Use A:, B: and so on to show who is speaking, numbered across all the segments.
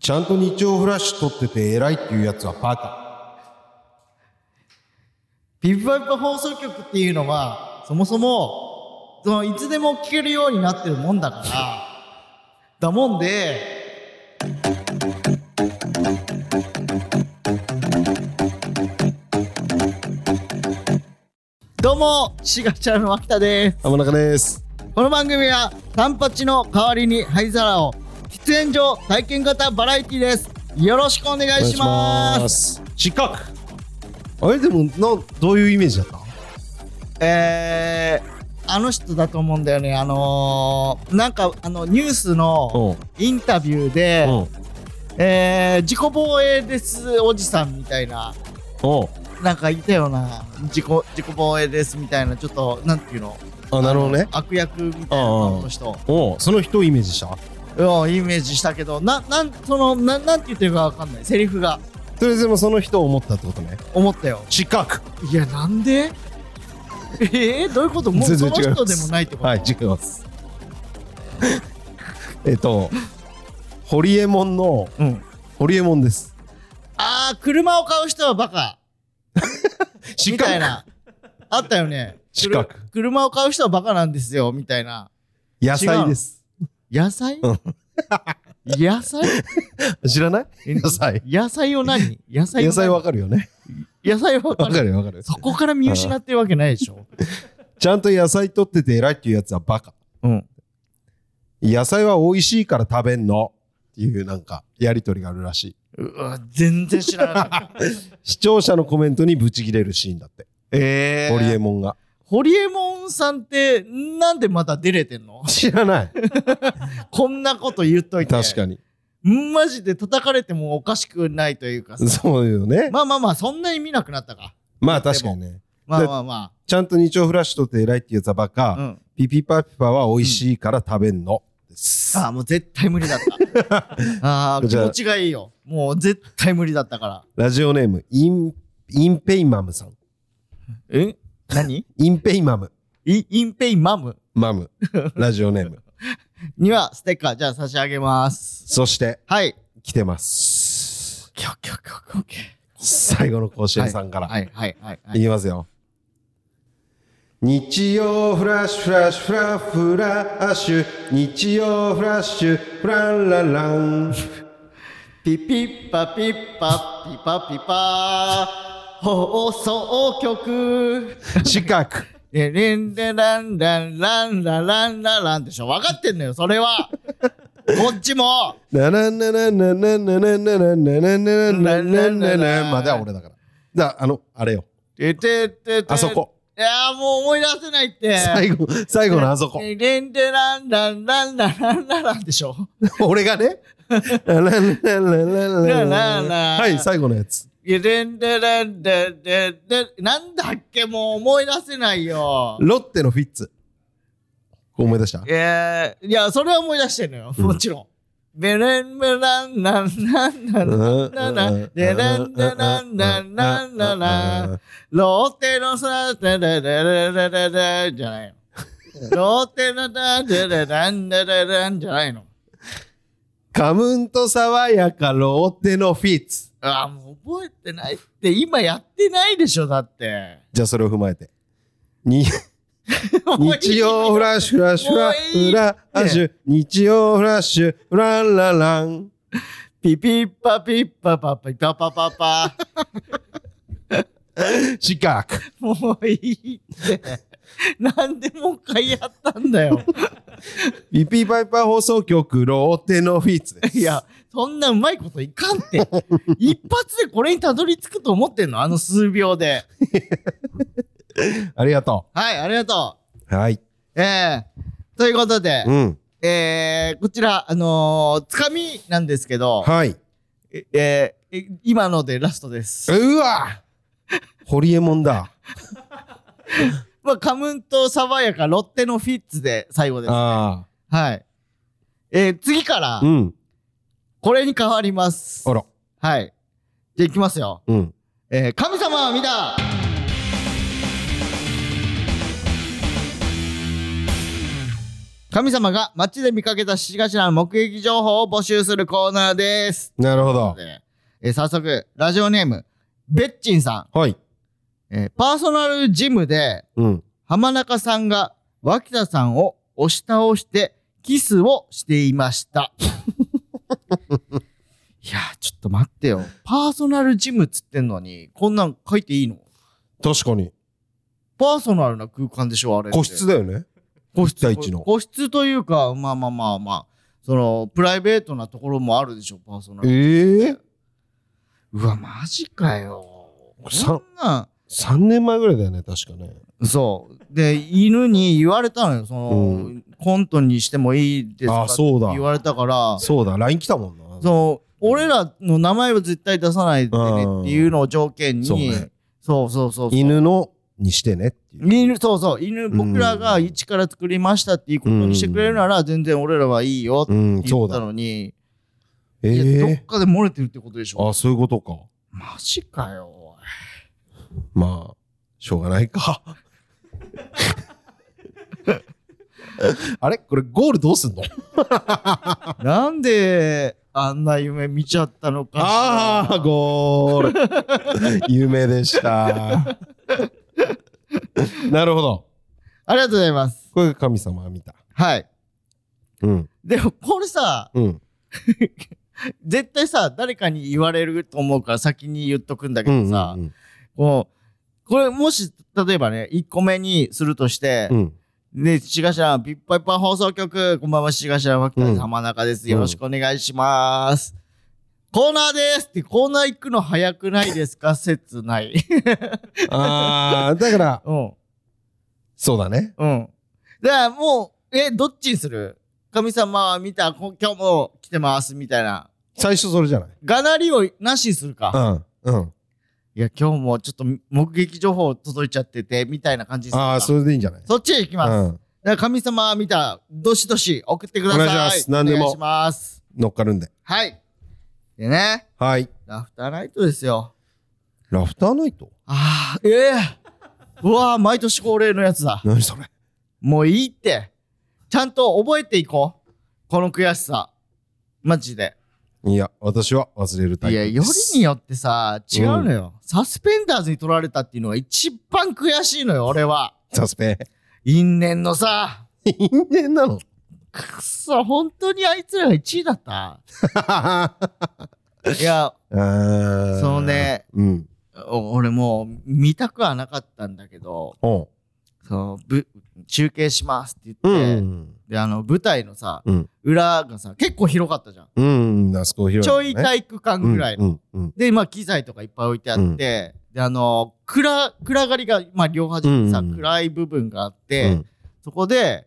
A: ちゃんと日曜フラッシュ撮ってて偉いっていうやつはバカ。
B: ビブバップ放送局っていうのは、そもそも、そのいつでも聞けるようになってるもんだから、だもんで、どうも、しがちゃんの秋田です。
A: 浜中です。
B: この番組は、単八の代わりに灰皿を、喫煙所体験型バラエティです。よろしくお願いします。
A: す。失格。あれでもなんどういうイメージだった？
B: えーあの人だと思うんだよね、あのーなんかあのニュースの
A: うん。
B: インタビューで、
A: うん。
B: えー自己防衛ですおじさんみたいな、
A: うん。
B: なんかいたよな、自己自己防衛ですみたいな、ちょっとなんていうの、
A: あなるほどね。
B: 悪役みたいな顔の人、
A: おその人をイメージした。
B: うんイメージしたけど、ななんそのななんて言ってるかわかんない、セリフが
A: とりあえずでもその人を思ったってことね。
B: 思ったよ。
A: 失格。
B: いや、なんでえー、どういうこともう
A: 全
B: そ
A: 然
B: の
A: 違います
B: 人でもないってこと、
A: はい違います。 えっとホリエモンの
B: うん、
A: ホリエモンです。
B: ああ、車を買う人はバカ。
A: 失
B: み
A: 格。
B: たいな。あったよね。
A: 失格
B: くる車を買う人はバカなんですよ、みたいな。
A: 野菜です。
B: 野菜
A: うん
B: 野菜
A: 知らない？野菜。
B: 野菜を何野菜を何
A: 野菜わかるよね。
B: 野菜はわか
A: わ
B: る。
A: かるよわかる。
B: そこから見失ってるわけないでしょ。
A: ちゃんと野菜取ってて偉いっていうやつはバカ。
B: うん。
A: 野菜は美味しいから食べんのっていうなんかやりとりがあるらしい。
B: うわ、全然知らなか った。
A: 視聴者のコメントにブチギレるシーンだって。
B: え
A: ホリエ
B: モン。
A: モンが。
B: ホリエモンさんって、なんでまた出れてんの
A: 知らない。
B: こんなこと言っといて。
A: 確かに。
B: に。マジで叩かれてもおかしくないというかさ。
A: そうよね。
B: まあまあまあ、そんなに見なくなったか。
A: まあ確かにね。
B: まあまあま
A: ちゃんと日曜フラッシュとって偉いっていうやつはバ
B: あ。う
A: カ。
B: ん。
A: ピピパピパは美味しいから食べんの。です
B: ああ、もう絶対無理だった。 ああ、気
A: じゃあ
B: 持ちがいいよ。もう絶対無理だったから。
A: ラジオネーム、イン、インペイマムさん。
B: え何
A: インペイマム。
B: イインペイマム
A: マム。ラジオネーム。
B: にはステッカー、じゃあ差し上げます。
A: そして、
B: はい。
A: 来てます。
B: キョキョキョキョキ
A: 最後の甲子園さんから。、
B: はいはいはいはいい。
A: きますよ。日曜フラッシュフラッシュフラフラッシュ日曜フラッシュフランランラン
B: ピピッパピッパピパピパ放送局。
A: 四角
B: でリンデランランランラランラランでしょ。分かってんのよ、それ は。こっちも。
A: なななななななななななななななななまでは俺だからだあのあれよ
B: てててて
A: あそこ
B: いやーもう思い出せないって。
A: 最後最後のあそこ
B: えレンデランランランランランランランでしょ
A: 俺がねラララララララはい最後のやつ
B: えレンデランデデデなんだっけもう思い出せないよ。
A: ロッテのフィッツ思い出した
B: えー、いや、それは思い出してんのよ。もちろん。ベレンベランランランランランローテのさ、ダダダダダダダじゃないの。ローテのダダダダンダダダンじゃないの。
A: カムンと爽やかローテのフィッツ。
B: ああ、もう覚えてないって、今やってないでしょ、だって。
A: じゃあそれを踏まえて。 に
B: もういい
A: 日曜フラッシュフラッシュフラ
B: もういい
A: フラッシュ日曜フラッシュフランララン。
B: ピピッパピッパパピパパパパ。
A: 四角。
B: もういいって。なんでもう一回やったんだよ。
A: ピピパイパー放送局ローテのフィッツです。
B: いや、そんなうまいこといかんって。一発でこれにたどり着くと思ってんのあの数秒で。
A: ありがと
B: はい、ありがと
A: う。はい。
B: う。えー、ということで
A: う、ん。
B: えー、こちら、あのー、つかみなんですけど、
A: はい。
B: ええー、え今のでラストです。
A: うわホリエモンだ。
B: まあ、カムンと爽やかロッテのフィッツで最後です。
A: あ
B: はい。えー、次から
A: あ。う、ん。
B: これに変わります。
A: あら。
B: はい。じゃあ行きますよ。
A: うん。
B: えー、神様は見た神様が街で見かけた獅子頭の目撃情報を募集するコーナーです。
A: なるほど。
B: でえー早速、ラジオネーム、べっちんさ
A: はい。
B: ん。えーパーソナルジムで、
A: うん。
B: 浜中さんが脇田さんを押し倒してキスをしてい ました。いやー、ちょっと待ってよ。パーソナルジムっつってんのに、こんなん書いていいの
A: 確かに。
B: パーソナルな空間でしょ、あれって。
A: 個室だよね。
B: 個室
A: 第一の
B: 個室というか、まあまあまあまあ、その、プライベートなところもあるでしょ、パーソナル。
A: ええ
B: うわ、マジかよ。
A: さ
B: そんなん、
A: 三 ?3 年前ぐらいだよね、確かね。
B: そう。で、犬に言われたのよ、その、
A: う
B: コントにしてもいいですか
A: あ、そうだ
B: 言。われたから、
A: そうだ、LINE 来たもんな。
B: そう、俺らの名前は絶対出さないで
A: うん
B: ねっていうのを条件に、
A: そ
B: そうう
A: ね
B: そうそうそう。
A: 犬のにしてねっていう。
B: 犬そうそう犬
A: ん
B: 僕らが一から作りましたっていうことにしてくれるなら全然俺らはいいよって
A: うん、
B: 言
A: そう
B: った
A: だ。
B: のに、
A: え
B: いやどっ
A: え
B: かで漏れてるってことでしょ
A: あ、そういうことか。
B: マジかよおい
A: まあ、しょうがない か。あれこれゴールどうすんの
B: なんであんな夢見ちゃったのかしら
A: ああ、ゴール。 夢でした。なるほど。
B: ありがとうございます
A: これが神様が見た。
B: はい
A: うん。
B: でもこれさ
A: うん。
B: 絶対さ誰かに言われると思うから先に言っとくんだけ
A: うん。
B: どさ、
A: うん。
B: こう、これもし、例えばね、1個目にするとして
A: う、ん。
B: で、ちがしら、ピッパイパ放送局、こんばんは、ちがしら、脇田です
A: うん
B: 浜中です。
A: うん
B: よろしくお願いします。コーナーですってコーナー行くの早くないですか切ない。
A: ああ、だから、
B: うん。
A: そうだね。
B: うん。だからもう、え、どっちにする神様は見た、こ今日も来てます、みたいな。
A: 最初それじゃない。
B: がなりをなしにするか。
A: うん。うん。
B: いや、今日もちょっと目撃情報届いちゃってて、みたいな感じにするか。
A: ああ、それでいいんじゃない
B: そっちへ行きます。
A: うん。
B: だから神様見た、どしどし送ってくださ
A: お
B: い。
A: 願いします何でも
B: お願いします。
A: 乗っかるんで。
B: はい。でね、
A: はい。
B: ラフターナイトですよ。
A: ラフターナイト
B: ああ、ええうわあ、毎年恒例のやつだ。
A: 何それ
B: もういいって。ちゃんと覚えていこう。この悔しさ。マジで。
A: いや、私は忘れるタイ
B: い
A: プ
B: や、
A: です。
B: よりによってさ、違うのよ。サスペンダーズに取られたっていうのが一番悔しいのよ、俺は。
A: サスペン。
B: 因縁のさ、
A: 因縁なの
B: くっそ、本当にあいつらが1位だった。
A: あ
B: いや、
A: ー
B: その。ね、
A: うん。
B: お俺もう見たくはなかったんだけど
A: おう
B: そのぶ中継しますって
A: う
B: 言って、
A: ん。
B: であの舞台のさ、
A: うん
B: 裏がさ結構広かったじゃん、
A: うん。うん。あそこ広い
B: ち
A: の
B: ょ
A: ね。
B: い体育館ぐらいの、
A: うん。うん。
B: でまあ機材とかいっぱい置いてあって、であの暗暗がりが、まあ、両端にさ、
A: うんうん
B: 暗い部分があっ
A: う
B: て、
A: ん。
B: そこで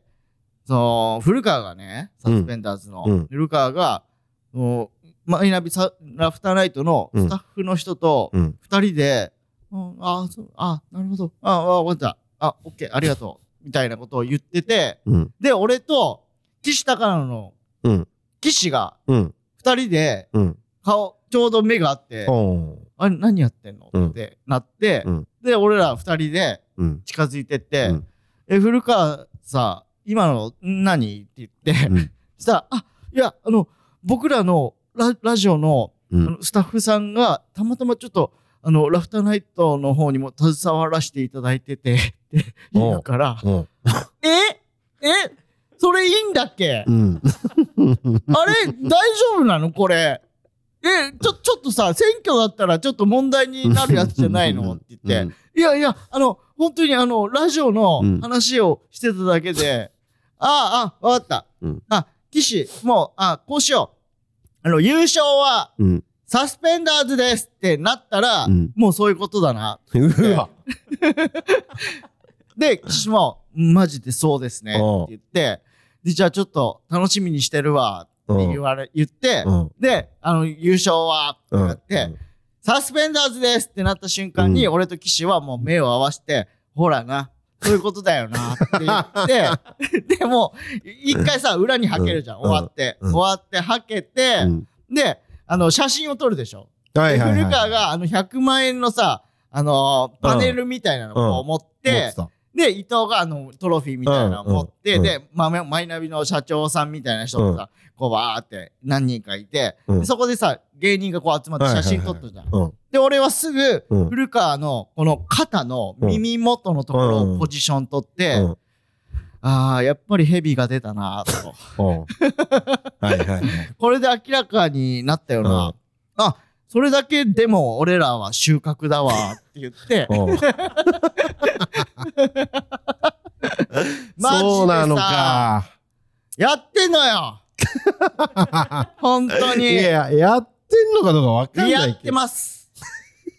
B: その古川がねサスペンダーズの、
A: うん
B: 古川がそのマイナビサラフターナイトのスタッフの人と、
A: うん。
B: 二人で、うん、あそう、あなるほど、ああ、わかった、あオッケー、ありがとう、みたいなことを言ってて、
A: うん。
B: で、俺と、岸高野の、
A: うん
B: 岸が、
A: うん。
B: 二人で、
A: うん。
B: 顔、ちょうど目があって、
A: お
B: あれ、何やってんの
A: うん
B: ってなって、
A: うん
B: で、俺ら二人で
A: うん。
B: 近づいてって、
A: うん
B: え、古川さ、今の何って言って、
A: うん
B: したら、あ、いや、あの、僕らのララジオの、
A: う
B: あ
A: ん。
B: のスタッフさんがたまたまちょっとあのラフターナイトの方にも携わらせていただいててって言うから
A: うん。
B: ええそれいいんだっけ
A: うん。
B: あれ大丈夫なのこれえちょちょっとさ選挙だったらちょっと問題になるやつじゃないのって言って、いやいやあの本当にあのラジオの
A: うん
B: 話をしてただけ で、あああわかった、
A: うん
B: あ岸もうあこうしようあの優勝は
A: うん。
B: サスペンダーズですってなったら、
A: うん
B: もうそういうことだな。
A: うわ。
B: で、岸も、マジでそうですね
A: うん
B: って言って、で、じゃあちょっと楽しみにしてるわ
A: う
B: って
A: ん
B: 言われ、言って
A: う、ん。
B: で、あの、優勝はって
A: うん
B: なって、サスペンダーズですってなった瞬間に、
A: う
B: 俺と岸はもう目を合わせて、ほらな、そういうことだよなって 言って、で、もう、一回さ、裏にはけるじゃん、
A: うん
B: 終わって。
A: うん
B: 終わって、はけて、
A: うん
B: で、あの、写真を撮るでしょ。
A: はいはいはい。
B: 古川があの100万円のさ、あのーパネルみたいなのを持っ
A: 持って
B: て、
A: た
B: で、伊藤があのトロフィーみたいなのを持っ
A: うん
B: て、
A: うん
B: で、まあ、マイナビの社長さんみたいな人がさ、こうわーって何人かいて、
A: うん
B: でそこでさ、芸人がこう集まって写真撮ったじゃん。
A: うん。
B: で、俺はすぐ、
A: うん
B: 古川のこの肩の耳元のところをポジション取って、
A: うん
B: ああ、やっぱりヘビが出たなと。
A: うんはいはいはい。
B: これで明らかになったよな。あ、それだけでも俺らは収穫だわって言って、
A: うん
B: マジでさ
A: そうなのか。
B: やってん のよ本当に
A: いや、やってんのかどうかわかんな
B: や
A: い
B: っ
A: け
B: て
A: ど。
B: ます。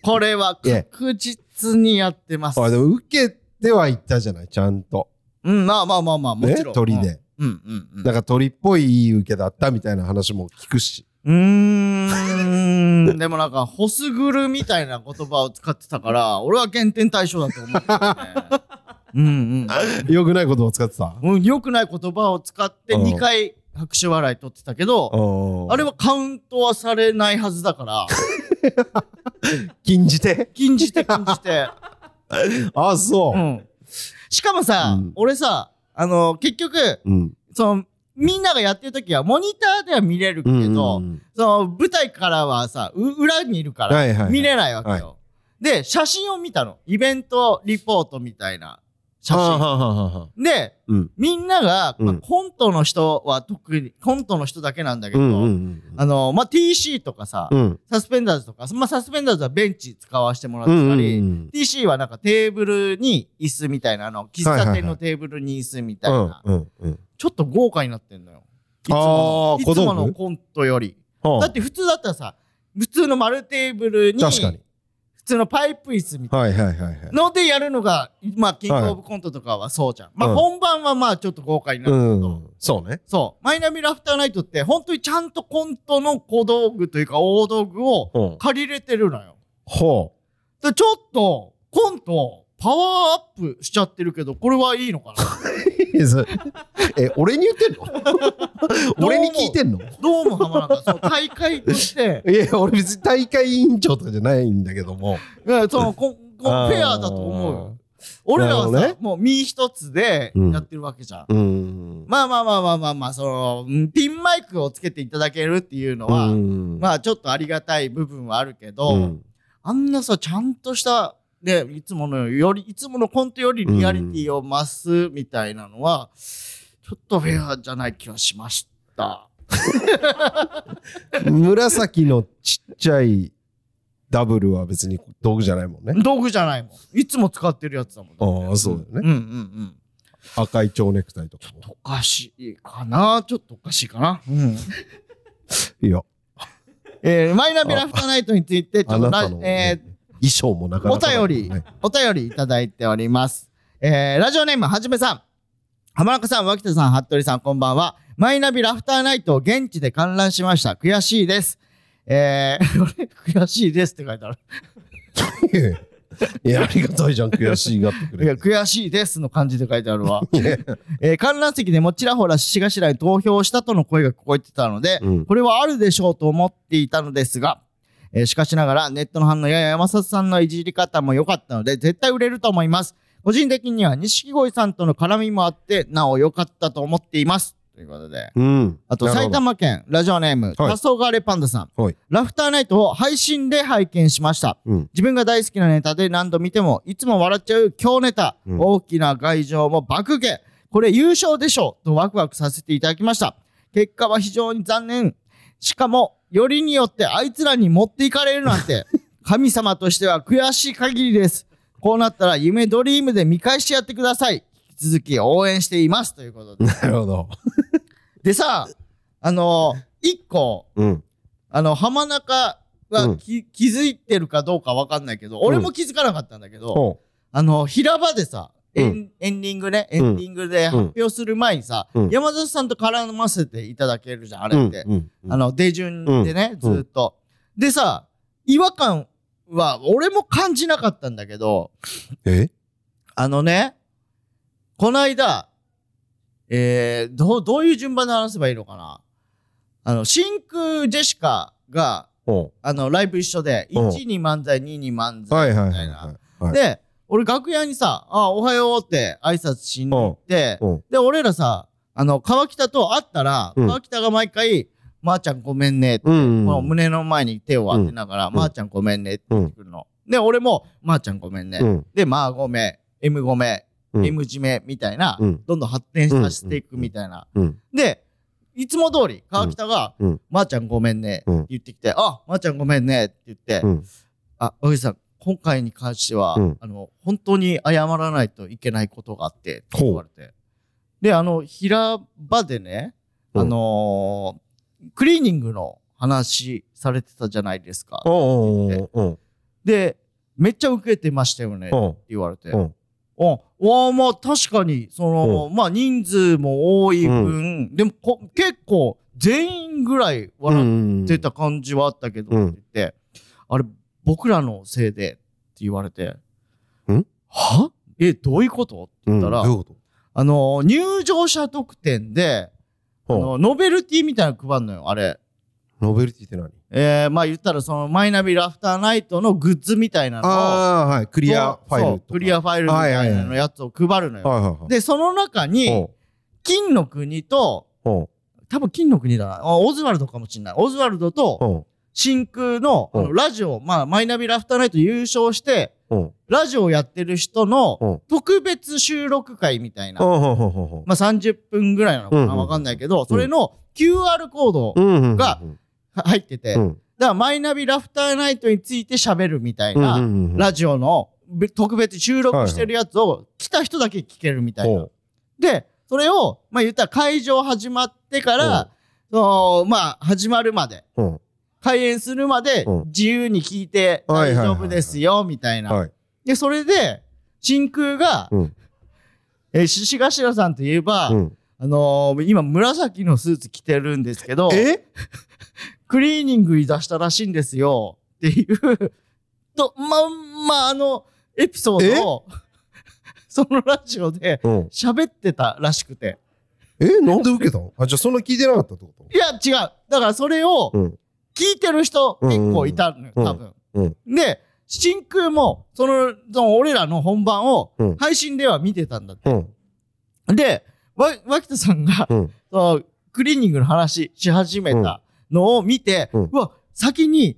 B: これは確実にやってます。
A: あでも受けてはいったじゃない、ちゃんと。
B: うん、まあまあまあまあ、も
A: ね
B: ちろん。、
A: 鳥で。
B: うん。うんうんうん
A: なんか鳥っぽいいい受けだったみたいな話も聞くし。
B: うーん、でもなんか、ホスグルみたいな言葉を使ってたから、俺は減点対象だと思 うんだよね。
A: よくないことを使ってた。
B: うんうん。うん、良くない言葉を使って
A: うん
B: 2回拍手笑い取ってたけど、あ
A: あ
B: れはカウントはされないはずだから、
A: 禁じて。
B: 禁じて禁じて。
A: あ、そうう。
B: ん。しかもさ、
A: うん
B: 俺さ、あの、結局、
A: うん。
B: その、みんながやってる時はモニターでは見れるけ
A: う
B: ど、
A: んうん
B: その舞台からはさ、う裏にいるから、
A: はいはいはい
B: 見れないわけよ、で、写真を見たの。イベントリポートみたいな写
A: はあ
B: 真。
A: はあはあはあ
B: で、
A: うん
B: みんなが、
A: うん
B: まあコントの人は特に、コントの人だけなんだけ
A: う
B: ど、
A: んうん
B: あの、まあ、TC とかさ、
A: うんうん
B: サスペンダーズとか、まあ、サスペンダーズはベンチ使わせてもらっ
A: う
B: てたり、
A: んうん。
B: TC はなんかテーブルに椅子みたいな、あの、喫茶
A: はいはい
B: 店
A: は
B: の
A: い
B: テーブルに椅子みたいな。
A: うんうん
B: ちょっと豪華になってんのよ。いつも
A: あ
B: の
A: ー
B: いつも
A: 小道
B: の
A: 具
B: コントより。
A: うん。
B: だって普通だったらさ、普通の丸テーブルに、
A: 確かに
B: 普。通のパイプ椅子みたい
A: はいはいはいはい。
B: なのでやるのが、まあ、キングオブコントとかはそうじゃん。ま
A: う
B: あ、
A: ん
B: 本番はまあ、ちょっと豪華にな
A: う
B: る。
A: ん。そうね。
B: そう。マイナビラフターナイトって、本当にちゃんとコントの小道具というか、大道具を
A: うん
B: 借りれてるのよ。
A: ほ
B: でちょっと、コント、パワーアップしちゃってるけど、これはいいのか な
A: う。え、俺に言ってんの 俺に聞いてんの
B: どうも浜中、その大会と して、
A: いや、俺別に大会委員長とかじゃないんだけども。
B: いやそのこんこん
A: あー
B: フェアだと思うよ。俺らは
A: なる
B: さ、
A: ほどね
B: もう身一つで
A: うん
B: やってるわけじゃん。
A: うん。
B: まあまあまあまあまあまあ、その、うんピンマイクをつけていただけるっていうのは、
A: うん
B: まあちょっとありがたい部分はあるけど、
A: うん
B: あんなさ、ちゃんとした、ね、いつものより、いつものコントよりリアリティを増すみたいなのは、ちょっとフェアじゃない気はしました。
A: 紫のちっちゃいダブルは別に道具じゃないもんね。
B: 道具じゃないもん。いつも使ってるやつだもん。
A: ああ、そうだよ
B: う
A: ね。
B: んうんうん。
A: 赤い蝶ネクタイとかも。
B: おかしいかなちょっとおかしいかな、 うん
A: いや、
B: えーマイナビラフターナイトについてちょ
A: あ
B: っと
A: な
B: な
A: たの、
B: え
A: ね衣装もなかなかだ
B: お
A: もんね。
B: 便りーお便りいただいております、えーラジオネームはじめさん浜中さん脇田さん服部さんこんばんはマイナビラフターナイトを現地で観覧しました悔しいですえー、 これ悔しいですって書いてある。
A: いや、ありがたいじゃん、悔しいがってく
B: いや、
A: れて。
B: 悔しいですの漢字で書いてあるわ。
A: いや
B: えー観覧席でもちらほら獅子頭に投票したとの声が聞こえてたので、
A: うん
B: これはあるでしょうと思っていたのですが、えーしかしながらネットの反応や山里さんのいじり方も良かったので、絶対売れると思います。個人的には錦鯉さんとの絡みもあって、なお良かったと思っています。ということで。
A: うん。
B: あと、
A: なるほど
B: 埼。玉県ラジオネーム、
A: はい
B: 黄昏パンダさん。
A: はい
B: ラフターナイトを配信で拝見しました。
A: うん。
B: 自分が大好きなネタで何度見てもいつも笑っちゃう強ネタ、
A: うん
B: 大きな外情も爆ゲこれ優勝でしょうとワクワクさせていただきました結果は非常に残念しかもよりによってあいつらに持っていかれるなん て神様としては悔しい限りですこうなったら夢ドリームで見返してやってください引き続き応援していますということで
A: なるほど。
B: でさ あの一個
A: うん。
B: あの、浜中
A: う
B: が
A: ん
B: き、気づいてるかどうかわかんないけど、俺も気づかなかったんだけど、
A: ほ
B: あの、平場でさ、エン,、
A: う
B: エンディングね、エ
A: ん
B: ンディングで発表する前にさ、
A: うん
B: 山里さんと絡ませていただけるじゃん、あ
A: う。う
B: れっ
A: ん
B: て。
A: うん。
B: あの、出順でね、
A: うん
B: ずっと。でさ、違和感は、俺も感じなかったんだけど、
A: え
B: あのね、この間、えー、どう、どういう順番で話せばいいのかなあの、真空ジェシカが、
A: ほ
B: あの、ライブ一緒で、
A: うん
B: 1に漫才、2に漫
A: う。は
B: 才
A: いはい
B: み
A: は
B: た
A: い
B: い
A: は
B: な。
A: い。はい
B: で、俺楽屋にさ、あ、おはようって挨拶しに行って、
A: うん。
B: で、俺らさ、あの、川北と会ったら、
A: うん
B: 川北が毎回、まー、ちゃんごめんねって、
A: うん。
B: この胸の前に手を当てながら、
A: ん
B: まー、ちゃんごめんねって
A: う
B: 言っ
A: ん
B: て。くるの。で、俺も、まー、ちゃんごめんね。
A: うん。
B: で、まあごめ、M ごめ、
A: うん
B: M じめみたいな、
A: うん
B: どんどん発展させていくみたいな。
A: うん。
B: で、いつも通り、川北が、
A: うんうん
B: まー、ちゃんごめんねって
A: うん
B: 言ってきて、あ、まー、ちゃんごめんねって言って、
A: うん。
B: あ、おじさん、今回に関しては、
A: うん
B: あの、本当に謝らないといけないことがあって、って
A: ほう
B: 言われて。で、あの、平場でね、
A: うん
B: あのークリーニングの話されてたじゃないですか。
A: おーおー
B: で、めっちゃ受けてましたよね、って
A: おー
B: 言われて。
A: おー
B: うん、わあまあ確かにその、まあ人数も多い分、でもこ結構全員ぐらい
A: お
B: 笑
A: ん
B: ってた感じはあったけど、
A: うん
B: って言ってあれ僕らのせいでって言われて
A: ん
B: はえどういうことって言ったら、
A: うんどういうこ
B: あの入場者特典であ
A: と
B: のノベルティみたいなの配るのよあれ。
A: ノベルティって何
B: えー、まあ言ったらそのマイナビラフターナイトのグッズみたいなのを
A: ああ、はい。クリアファイ
B: そ
A: ル
B: う
A: とか。
B: クリアファイルみた
A: はい
B: い
A: は
B: ない
A: は
B: の
A: い
B: やつを配るのよ。
A: はいはいはい。
B: で、その中に、
A: お
B: 金の国と、
A: お
B: 多分金の国だな。あオズワルドかもしんない。オズワルドと、
A: お
B: 真空の
A: うん
B: あのラジオ、まあ、マイナビラフターナイト優勝して、
A: お
B: ラジオやってる人の
A: お
B: 特別収録会みたいな。
A: おほほほほ
B: まあ、30分ぐらいなのか
A: うんう
B: なんわかんないけど、それの QR コード
A: うん
B: がが入ってて、
A: う
B: だか
A: ん
B: らマイナビラフターナイトについて喋るみたい
A: うん
B: な、
A: うんうん
B: ラジオのべ特別収録してるやつを来た人だけ聞けるみたいな。
A: お
B: で、それを、まあ言ったら会場始まってから、その、まあ始まるまで、
A: うん
B: 開演するまで
A: うん
B: 自由に聞いて
A: はいはい
B: 大
A: はい
B: 丈
A: はい
B: 夫ですよ、みたいな。
A: はい。
B: で、それで、真空が、
A: うん
B: えー、獅子頭さんといえば、
A: うん
B: あのー今紫のスーツ着てるんですけど、
A: え
B: クリーニングに出したらしいんですよ、っていう、 と、まんまあの、エピソードを、 そのラジオで
A: うん
B: 喋ってたらしくて。
A: えなんで受けたのあ、じゃあそんな聞いてなかったってこと
B: いや、違う。だからそれを
A: うん
B: 聞いてる人結構いたのよ、
A: うん
B: 多分。
A: うん
B: で、真空も、その、その俺らの本番を
A: うん
B: 配信では見てたんだって。
A: うん
B: で、わ、脇田さんが、
A: うん
B: そのクリーニングの話し始めたのを見て、
A: う
B: うんわ、先に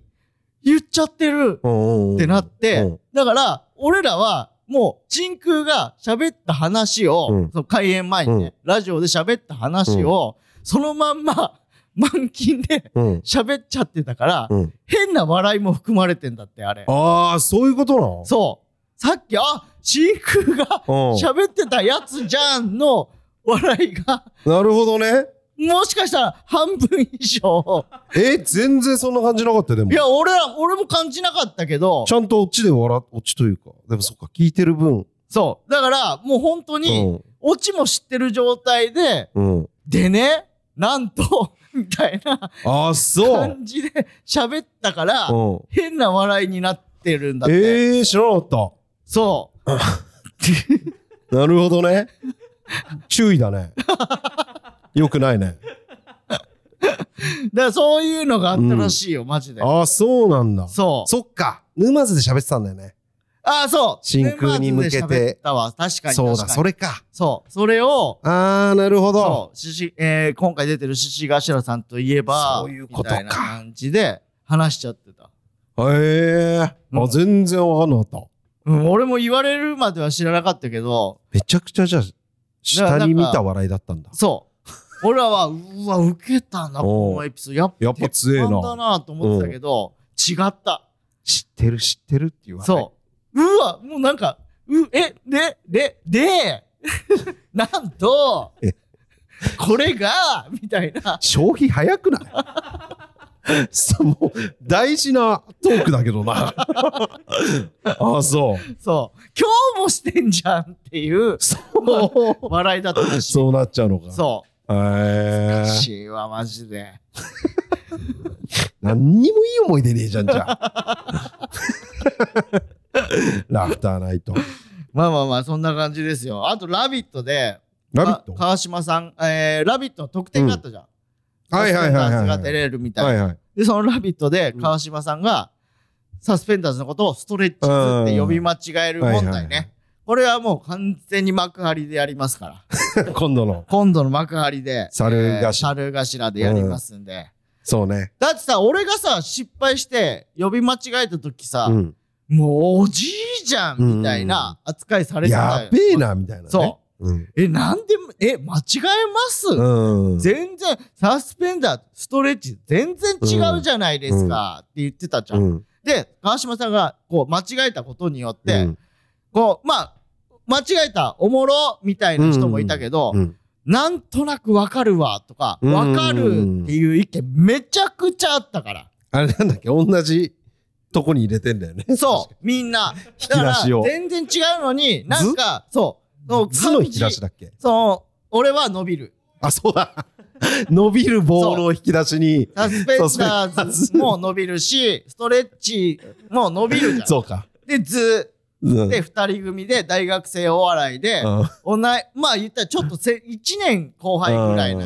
B: 言っちゃってる
A: うん
B: ってなって、
A: うん
B: だから、俺らは、もう、真空が喋った話を、
A: うん
B: その開演前にね、ラジオで喋った話を、そのまんま、満勤で
A: うん
B: 喋っちゃってたから、
A: うん
B: 変な笑いも含まれてんだって、あれ。
A: ああ、そういうことなの
B: そう。さっき、あ、真空が
A: う
B: 喋ってたやつじゃんの笑いが、
A: んなるほどね。
B: もしかしたら半分以上。
A: え、全然そんな感じなかったよでも。
B: いや、俺ら、俺も感じなかったけど
A: ち、ゃんと落ちで笑っ、落ちというか。でもそっか、聞いてる分。
B: そう。だから、もう本当に、オチも知ってる状態で、
A: うん。うん。
B: でね、なんと、 みたいな
A: ああ、そう。
B: 感じで喋ったから、
A: うん。
B: 変な笑いになってるんだって。
A: ええー、知らなかっ
B: そ
A: た。なるほどね。注意だ ね。よくないね。
B: う。だからそういうのがあったらしいよ、マジで。
A: ああ、そうなんだ。
B: そう。
A: そっか。沼津で喋ってたんだよね。
B: ああ、そう。
A: 真空に向けて
B: メンバーズで喋ったわ。確かに。
A: そう
B: 確
A: だ、
B: かに
A: そ。れか。
B: そう。それを、
A: ああ、なるほど。
B: そう、しし、えー今回出てる獅子頭さんといえば、
A: そういうことか
B: みたいな感じで話しちゃってた。
A: へえ。
B: う
A: あ、
B: ん
A: 全然わかんなかった。
B: うん、俺も言われるまでは知らなかったけど、
A: めちゃくちゃじゃあ、下に見た笑いだったんだ。
B: そう。俺らは、うわ、受けたな、
A: おう
B: このエピソード。やっぱ
A: やっぱ強え
B: 鉄板
A: な。
B: だなと思ってたけど、違った。
A: 知ってる知ってるって言わない。
B: そう。うわ、もうなんか、う、え、で、で、で、 なんと
A: え、
B: これが、みたいな。
A: 消費早くない さもう大事なトークだけど なああそう
B: そう。今日もしてんじゃんっていう、もう、笑いだったらしい。
A: そうなっちゃうのか
B: そ
A: へえ
B: う。しいわ、マジで。
A: 何にもいい思い出ねえじゃんじゃ あラフターナイト
B: まあまあまあ、そんな感じですよ。あと、ラビットで、
A: ラビット
B: か川島さん、えー、ラビットの特典があったじゃん。
A: はいはいはいはい
B: ラストダ
A: は
B: ンスが出
A: い
B: れるみたいな
A: は。いはい
B: で、その「ラビット!」で川島さんが、サスペンダーズのことをストレッチーズって呼び間違える問
A: はいは
B: 題
A: いはい
B: ね。これはもう完全に幕張でやりますから。
A: 今度の。
B: 今度の幕張で。
A: 猿頭
B: えー猿頭でやりますんで。
A: そうね。
B: だってさ、俺がさ、失敗して呼び間違えた時さ、
A: うん。
B: もうおじいじゃんみたいな扱いされてたよ。
A: やべえな、みたいなね。。
B: そう
A: うん。
B: え、なんで、え、間違えます、
A: うん。
B: 全然、サスペンダー、ストレッチ、全然違うじゃないですか、って言ってたじゃん。
A: うん
B: で、川島さんが、こう、間違えたことによっ
A: う
B: て、
A: ん
B: こう、まあ、間違えた、おもろ、みたいな人もいたけど、
A: うん
B: なんとなくわかるわ、とか、
A: うん
B: わかるっていう意見めちゃくちゃあったから。
A: あれなんだっけ同じとこに入れてんだよね。
B: そう、みんな。だ
A: き
B: か
A: 出しを
B: ら、全然違うのに、なんか、そう、そう
A: 図の引き出しだっけ
B: そう、俺は伸びる。
A: あ、そうだ。 伸びる棒の引き出しに。
B: サスペンダーズも伸びるし、ストレッチも伸びるじゃん。
A: そうか。
B: で、ず
A: うん
B: で、二人組で大学生お笑いで、おなまあ言ったらちょっとせ一年後輩ぐらいな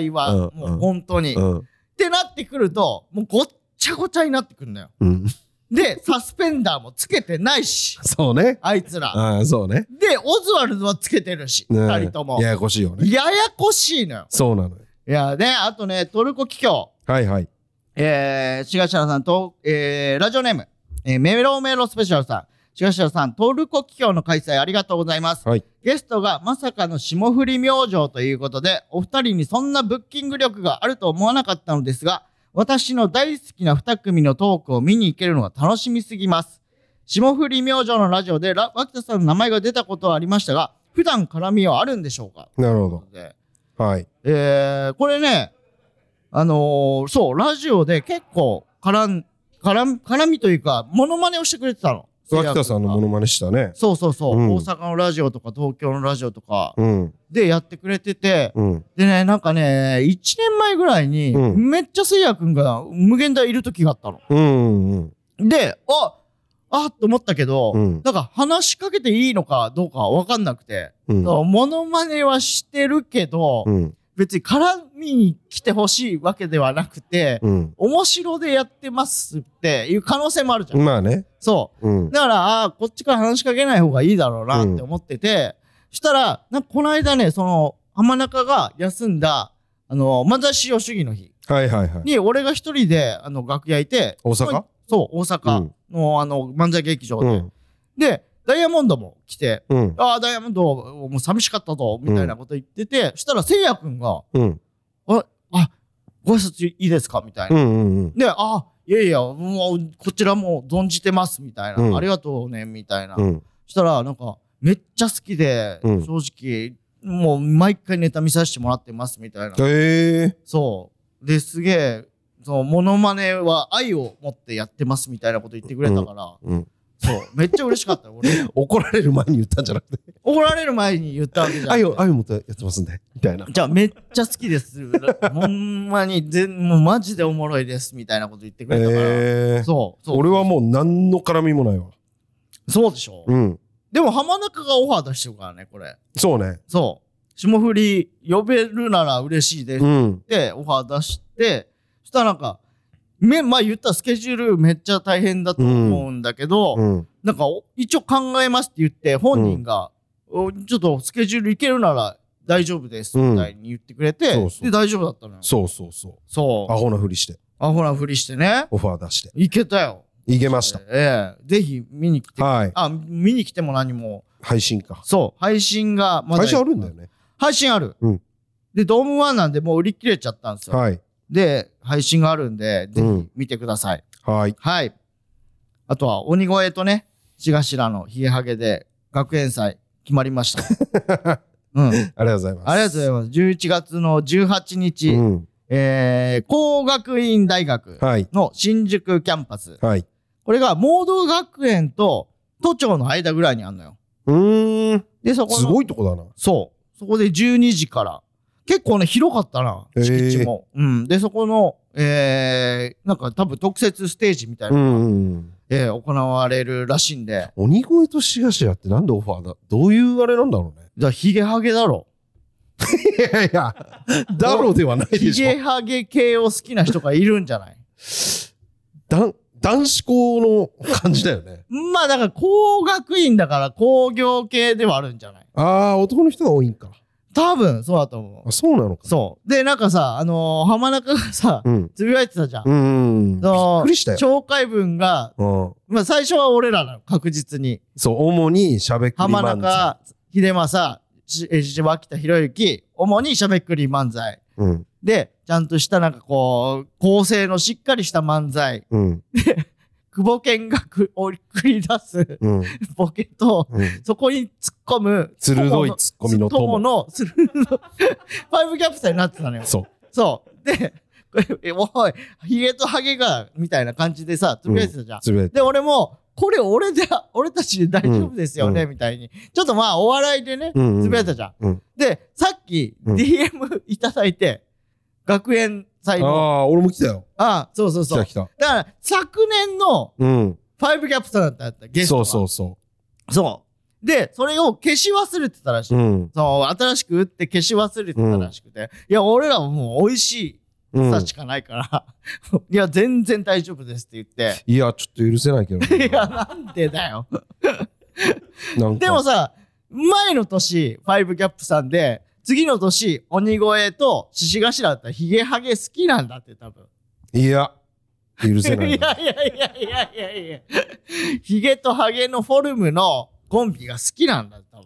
B: 違いは、
A: うん
B: もう本当に。
A: う
B: っ
A: ん。
B: てなってくると、もうごっちゃごちゃになってくるんだよ。
A: うん。
B: で、サスペンダーもつけてないし、
A: そうね。
B: あいつら。
A: ああ、そうね。
B: で、オズワルドはつけてるし、
A: うん
B: 二人とも。
A: ややこしいよね。
B: ややこしいのよ。
A: そうなのよ。
B: いやね、あとね、トルコ企業。
A: はいはい。
B: えー、しがしらさんと、えー、ラジオネーム、えー、メロメロスペシャルさん。しがしらさん、トルコ企業の開催ありがとうございます。
A: はい。
B: ゲストがまさかの霜降り明星ということで、お二人にそんなブッキング力があると思わなかったのですが、私の大好きな二組のトークを見に行けるのが楽しみすぎます。霜降り明星のラジオでラ、脇田さんの名前が出たことはありましたが、普段絡みはあるんでしょうか
A: なるほ
B: と
A: ど
B: いうこ。とで
A: はい。
B: えーこれね、あのーそう、ラジオで結構絡ん、絡ん、絡みというか、モノマネをしてくれてたの。
A: 脇田さんのモ
B: の
A: ノマネしたね。
B: そうそうそう、
A: うん
B: 大阪のラジオとか東京のラジオとか
A: うん。
B: でやってくれてて、
A: うん。
B: でね、なんかね、1年前ぐらいに、
A: うん
B: めっちゃせいやくんが無限大いる時があったの。
A: うん。うん。
B: で、ああっと思ったけど、
A: うん
B: なんか話しかけていいのかどうかわかんなくて、
A: うん。
B: そうモノマネはしてるけど、
A: うん。
B: 別に絡みに来てほしいわけではなくて、
A: うん。
B: 面白でやってますっていう可能性もあるじゃん。
A: まあね。
B: そ
A: うん
B: う。。だから、ああー、こっちから話しかけない方がいいだろうなって思ってて、したら、なんかこの間ね、その、浜中が休んだ、あの、漫才使用主義の日
A: はいはいはい。
B: に、俺が一人で、あの、楽屋いて、
A: 大阪
B: そこにそう、大阪の、あの、漫才劇場
A: う
B: で、
A: ん。
B: で、ダイヤモンドも来て、
A: うん。
B: ああ、ダイヤモンド、もう寂しかったぞ、みたいなこと言ってて、したら、せいやくんが、
A: うん。
B: あ、あ、ご挨拶いいですかみたいな。
A: うん。うん。
B: で、あ、いやいや、もう、こちらも存じてます、みたいな。
A: うん
B: ありがとうね、みたいな。
A: うん。
B: したら、なんか、めっちゃ好きで、
A: うん
B: 正直、もう、毎回ネタ見させてもらってます、みたいな。
A: ええ。
B: そう。で、すげえ、その、モノマネは愛を持ってやってます、みたいなこと言ってくれたから、
A: うん。
B: そう。めっちゃ嬉しかったよ、俺。
A: 怒られる前に言ったんじゃなくて。
B: 怒られる前に言ったわけじゃ ん。
A: 愛を、愛を持ってやってますんで。みたいな。
B: じゃあめっちゃ好きです。 ほんまに全、もうマジでおもろいです。みたいなこと言ってくれたから。
A: ええ。
B: そう、そう。
A: 俺はもう何の絡みもないわ。
B: そうでしょ、
A: うん。
B: でも浜中がオファー出してるからね、これ。
A: そうね。
B: そう。霜降り呼べるなら嬉しいです
A: う
B: っ
A: ん。
B: てオファー出して、そしたらなんか、め、まあ言ったらスケジュールめっちゃ大変だと思うんだけど、
A: うん。
B: なんかお一応考えますって言って、本人が、おちょっとスケジュールいけるなら大丈夫ですみたいに言ってくれ
A: う
B: て、
A: んそうそう
B: で大丈夫だったのよ。
A: そうそうそう。
B: そう
A: ア。ホなふりして、
B: アホなふりしてね。
A: オファー出して。
B: 行けたよ。
A: いけました。
B: ええぜひ見に来て。
A: はい。
B: あ、見に来ても何も。
A: 配信か。
B: そう。配信がまだ。
A: 配信あるんだよ。ね。
B: 配信ある。
A: うん
B: で、ドームワンなんでもう売り切れちゃったんですよ。
A: はい。
B: で、配信があるんで、ぜ
A: う
B: ひ
A: ん
B: 見てください。
A: はい。
B: はい。あとは、鬼越とね、しがしらのヒゲハゲで学園祭決まりました。 うん。あ
A: あ
B: り
A: りがとうございます。
B: がとうございます。11月の18日、
A: うん。
B: えー、工学院大学
A: はい。
B: の新宿キャンパス。
A: はい。
B: これが盲導学園と都庁の間ぐらいにあるのよ。
A: うーん。
B: で、そこの
A: すごいとこだな。
B: そう。そこで12時から。結構ね、広かったな、
A: へー
B: 敷地も。うん。で、そこの、えー、なんか多分特設ステージみたいな、
A: うんうんうん。
B: えー行われるらしいんで。
A: 鬼越としがしらってなんでオファーだどういうあれなんだろうね。
B: じゃあ、ヒゲハゲだろ。
A: いやいや、だろうではないで
B: ヒ
A: しょ。
B: ゲハゲ系を好きな人がいるんじゃない
A: だん男子校の感じだよね。
B: まあだから工学院だから工業系 ではあるんじゃない
A: ああ、男の人が多いんか。
B: 多分そうだと思う
A: あ、。そうなのか。
B: そう。で、なんかさ、あのー浜中がさ、
A: うん。
B: つぶやいてたじゃん。
A: うん。びっ
B: そう
A: くりしたよ。
B: 紹介文が、
A: うん。
B: まあ最初は俺らなの、確実に。
A: そう、主にしゃべくり漫才。
B: 浜中、秀政、しえし脇田博之、主にしゃべくり漫才。
A: うん。
B: で、ちゃんとしたなんかこう、構成のしっかりした漫才。
A: うん。
B: 久保健がく送り出す
A: うん。
B: ボケと、
A: うん
B: そこに突っ込む。
A: 鋭いツッコミの
B: 友
A: 友。
B: の、鋭い。ファイブキャプターになってたのよ。
A: そう。
B: そう。で、これえおい、ヒゲとハゲが、みたいな感じでさ、つぶやいてたじゃん。
A: つぶやいて
B: で、俺も、これ俺で、俺たちで大丈夫ですよね、
A: う
B: みたいに。ちょっとまあ、お笑いでね、
A: うんうん
B: つぶやいたじゃん。
A: うん
B: で、さっき、
A: うん
B: DM いただいて、学園祭
A: あ
B: の。
A: あ、俺も来たよ。
B: ああ、そうそう
A: 来
B: そ
A: た
B: う。
A: 来た。
B: だから、昨年の、
A: うん。
B: ファイブキャプターだったんだった、ゲスト
A: そ
B: が。。
A: うそうそう
B: そう。で、それを消し忘れてたらしい。
A: う。うん。
B: そう、新しく打って消し忘れてたらしくて。いや、俺らはもう美味しい
A: うん
B: さしかないから、 いや、全然大丈夫ですって言って。
A: いや、ちょっと許せないけどな。
B: いや、なんでだよ。
A: なんか
B: でもさ、前の年、ファイブキャップさんで、次の年、鬼越と獅子頭だったらヒゲハゲ好きなんだって、多分。
A: いや、許
B: い
A: せ
B: や
A: ないいな。
B: やいやいやいやいやヒゲとハゲのフォルムのコンビが好きなんだ、多分。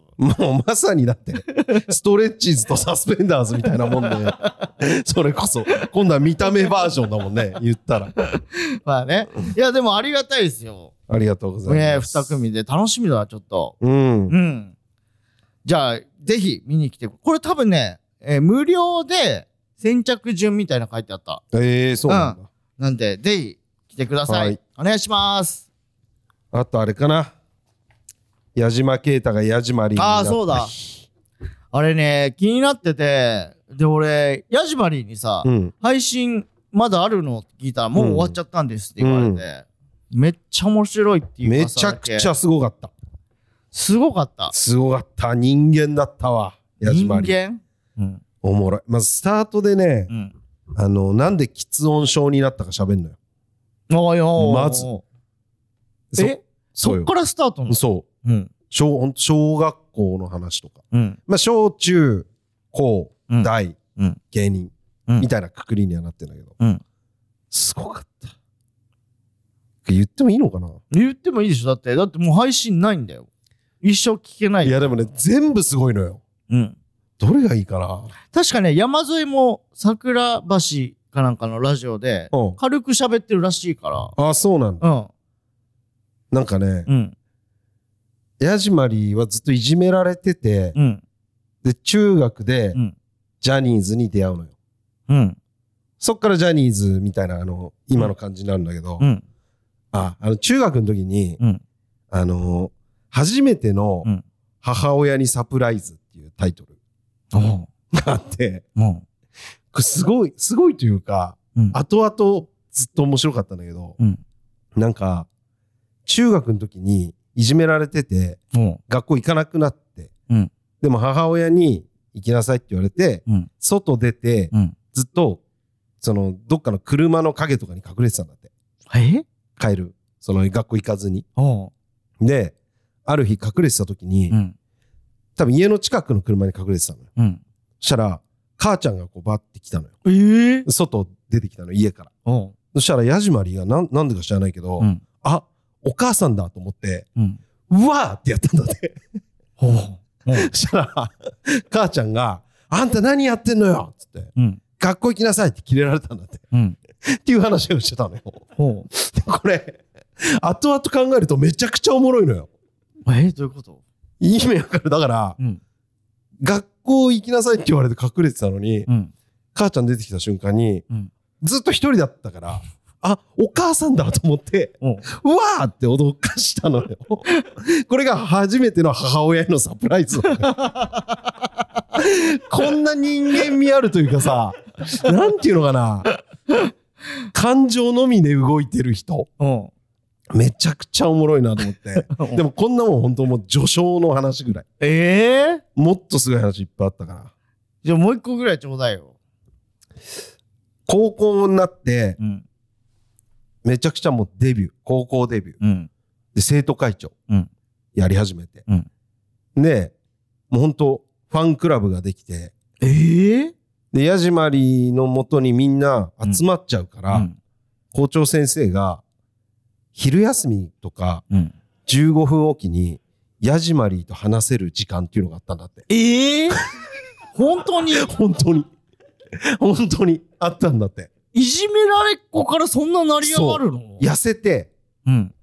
A: もうまさにだって、ストレッチーズとサスペンダーズみたいなもんで、それこそ、今度は見た目バージョンだもんね、言ったら。
B: まあね。いや、でもありがたいですよ。
A: ありがとうござ
B: ね
A: います。
B: 二組で楽しみだわ、ちょっと。
A: うん。
B: うん。じゃあ、ぜひ見に来て。これ多分ね、えー無料で先着順みたいなの書いてあった。
A: ええ、そうなんだ。
B: なんで、ぜひ来てください。
A: はい
B: お願いします。
A: あとあれかな。矢島啓太が矢島りんにな
B: あ
A: っ
B: あ、
A: た
B: そうだ。。あれね、気になってて、で、俺、ヤジマリーにさ、
A: うん。
B: 配信まだあるのって聞いたら、もう終わっちゃったんですって言われて、めっちゃ面白いっていう
A: め
B: 噂
A: ちゃ
B: だ
A: く
B: け
A: ちゃすごかった。
B: すごかった。
A: すごかった。人間だったわ。矢
B: 人
A: 島りん。
B: 間うん。
A: おもろい。まずスタートでね
B: う、ん。
A: あの、なんで喫音症になったか喋んのよ。
B: おいおいおいおい
A: まずそ
B: え
A: そう
B: そっ
A: よ
B: からスタートなの
A: そう。
B: うん。
A: 小ほんと小学校の話とか、
B: うん。
A: まあ、小中高
B: うん
A: 大、
B: うん
A: 芸人、
B: うん
A: みたいなくくりにはなってんだけど、
B: うん
A: すごかった言ってもいいのかな、
B: 言ってもいいでしょだって、だってもう配信ないんだよ。一生聞けない
A: い、
B: よ。
A: やでもね全部すごいのよ
B: うん。
A: どれがいいかな
B: 確かね、山添も桜橋かなんかのラジオで、
A: うん
B: 軽く喋ってるらしいか
A: ああそうなんだ、
B: ら。うん。
A: なんかね
B: うん。
A: ヤジマリーはずっといじめられてて、
B: うん。
A: で中学で
B: うん
A: ジャニーズに出会うのよ
B: うん。
A: そっからジャニーズみたいなあの今の感じになるんだけど、
B: うん。
A: ああの中学の時に、
B: うん
A: あの初めての
B: うん
A: 母親にサプライズっていうタイトル
B: お
A: があって、
B: うも
A: これすごい、すごいというか、
B: う。うん。
A: 後々ずっと面白かったんだけど、
B: うん。
A: なんか、中学の時にいじめられてて、
B: も
A: 学校行かなくなって、
B: うん
A: でも母親に行きなさいって言われて、
B: うん
A: 外出て、
B: う。うん。
A: ずっと、その、どっかの車の影とかに隠れてたんだって。
B: え
A: 帰る。その、学校行かずに。
B: おう。
A: で、ある日隠れてた時に、
B: うん。
A: 多分家の近くの車に隠れてたのよ。
B: うん。
A: そしたら、母ちゃんがこうバッて来たのよ。
B: ええ
A: 外出てきたの、家から。
B: おう。
A: そしたら、ヤジマリーがなん、なんでか知らないけど、
B: うん。
A: あ、お母さんだと思って、
B: うん。
A: うわーってやったんだって。
B: おう。
A: そしたら、母ちゃんが、あんた何やってんのよつって、
B: うん。
A: 学校行きなさいってキレられたんだって。
B: うん。
A: っていう話をしてたのよ。
B: おう。
A: でこれ、後々考えるとめちゃくちゃおもろいのよ。
B: えどういうこと
A: いい迷惑だから、
B: うん。
A: 学校行きなさいって言われて隠れてたのに、
B: うん。
A: 母ちゃん出てきた瞬間に、
B: うん
A: ずっと一人だったから、あ、お母さんだと思って、
B: おう。
A: うわーって脅かしたのよ。これが初めての母親へのサプライズなのよ。こんな人間味あるというかさ、なんていうのかな。感情のみで動いてる人。
B: おう。
A: めちゃくちゃおもろいなと思って。でもこんなもん本当もう序章の話ぐらい。
B: ええ
A: もっとすごい話いっぱいあったから。
B: じゃあもう一個ぐらいちょうだいよ。
A: 高校になって、
B: うん。
A: めちゃくちゃもうデビュー、高校デビュー。
B: うん。
A: で、生徒会長
B: うん、
A: やり始めて。
B: うん
A: で、もう本当ファンクラブができて、
B: ええ
A: で、ヤジマリのもとにみんな集まっちゃうから、
B: うん。
A: 校長先生が、昼休みとか
B: うん。
A: 15分おきに、ヤジマリと話せる時間っていうのがあったんだって。
B: ええ本当に
A: 本当に。 本当にあったんだって。
B: いじめられっ子からそんな成り上がるの
A: 痩せて、
B: うん。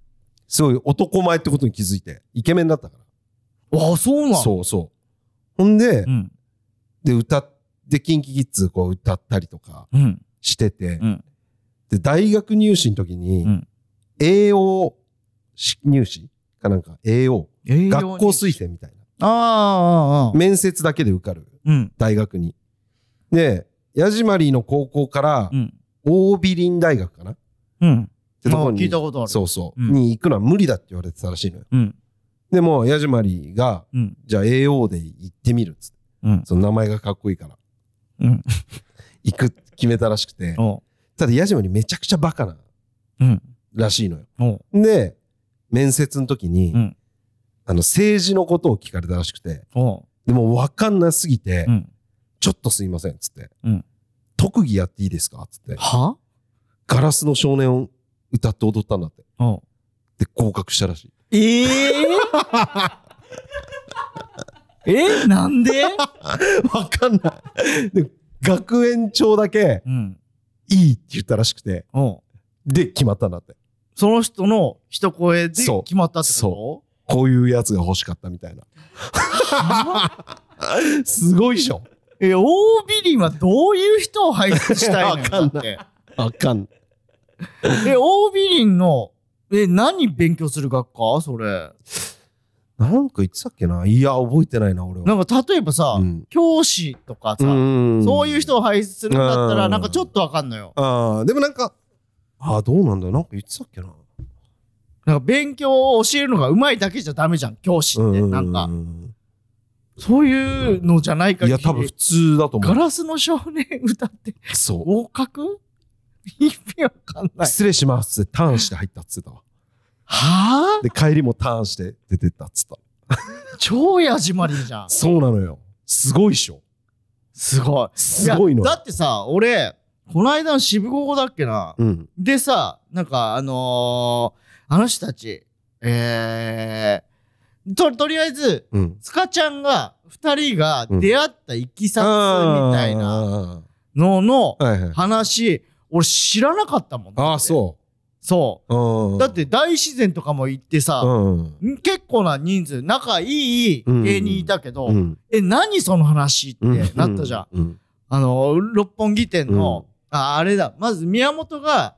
A: すごい男前ってことに気づいて、イケメンだったか
B: ああ、そう
A: ら。
B: なの
A: そうそう。ほんで、
B: うん。
A: で、歌って、キンキキッズこう歌ったりとか
B: うん。
A: してて、
B: うん
A: で、大学入試の時に、
B: うん
A: 栄養し入試かなんか、栄養。
B: 栄
A: 学
B: 養
A: 校
B: に
A: 推薦みたいな。
B: ああ、ああ、ああ。
A: 面接だけで受かる。
B: うん。
A: 大学に。で、ヤジマリーの高校から
B: う、ん。
A: 大美林大学かなっ
B: うん。
A: てとこに。
B: 聞いたことある。
A: そうそう、
B: うん
A: に行くのは無理だって言われてたらしいのよ。
B: うん。
A: でも、ヤジマリーが、
B: うん。
A: じゃあ AO で行ってみるっつって。
B: うん。
A: その名前がかっこいいから。
B: うん。
A: 行くって決めたらしくて。
B: おう。
A: ただ、ヤジマリーめちゃくちゃバカな
B: うん。
A: らしいのよ。
B: おう。
A: で、面接の時に、
B: うん
A: あの、政治のことを聞かれたらしくて。
B: おう。
A: でも、わかんなすぎて、
B: うん。
A: ちょっとすいませんっつって。
B: うん
A: 特技やっていいですかっつって。
B: は
A: ガラスの少年を歌って踊ったんだって。
B: おう。
A: で、合格したらしい。
B: ええ えなんで
A: わかんない。で、学園長だけ、
B: うん。
A: いいって言ったらしくて。
B: おう。
A: で、決まったんだって。
B: その人の一声で
A: そう
B: 決まったってこ
A: そこういうやつが欲しかったみたいな。 すごいでしょ。
B: とえ、大ビリンはどういう人を輩出したい の。
A: わかんないあかん。
B: え、大ビリンの、え、何勉強する学科それ。
A: なんか言ってたっけないや、覚えてないな、俺は。
B: なんか例えばさ、
A: うん
B: 教師とかさ、そういう。人を輩出するんだったら、
A: うん
B: なんかちょっとわかんのよ。
A: ああ、でもなんか、ああ、どうなんだよ。なんか言ってたっけな。
B: なんか勉強を教えるのが上手いだけじゃダメじゃん、教師って。なんか、そういうのじゃないか
A: いや、多分普通だと思
B: ガ
A: う。
B: ラスの少年歌って
A: そ
B: 合格意味わかん
A: う。
B: ない。
A: 失礼しますってターンして入ったっつってたわ。
B: は
A: で、帰りもターンして出てったっつった。
B: ぁ超やじまりじゃん。
A: そうなのよ。すごいっしょ。
B: すごい。
A: すごいのよ
B: やだってさ、俺、この間の渋高だっけな。
A: うん。
B: でさ、なんかあのー、あの人たち、えー、と、とりあえず、
A: うん。
B: スカちゃんが、二人が出会ったいきさつみたいな
A: な。
B: のの
A: はいはい。
B: 話、俺知らなかったもん。。
A: ああ、そう。
B: そう
A: う
B: う。
A: ん。
B: だって大自然とかも行ってさ、
A: うん。
B: 結構な人数、仲いい芸人いたけど、
A: うん。
B: え、何その話ってなったじゃん。
A: うん。
B: あの、六本木店の、ああれだ、まず宮本が、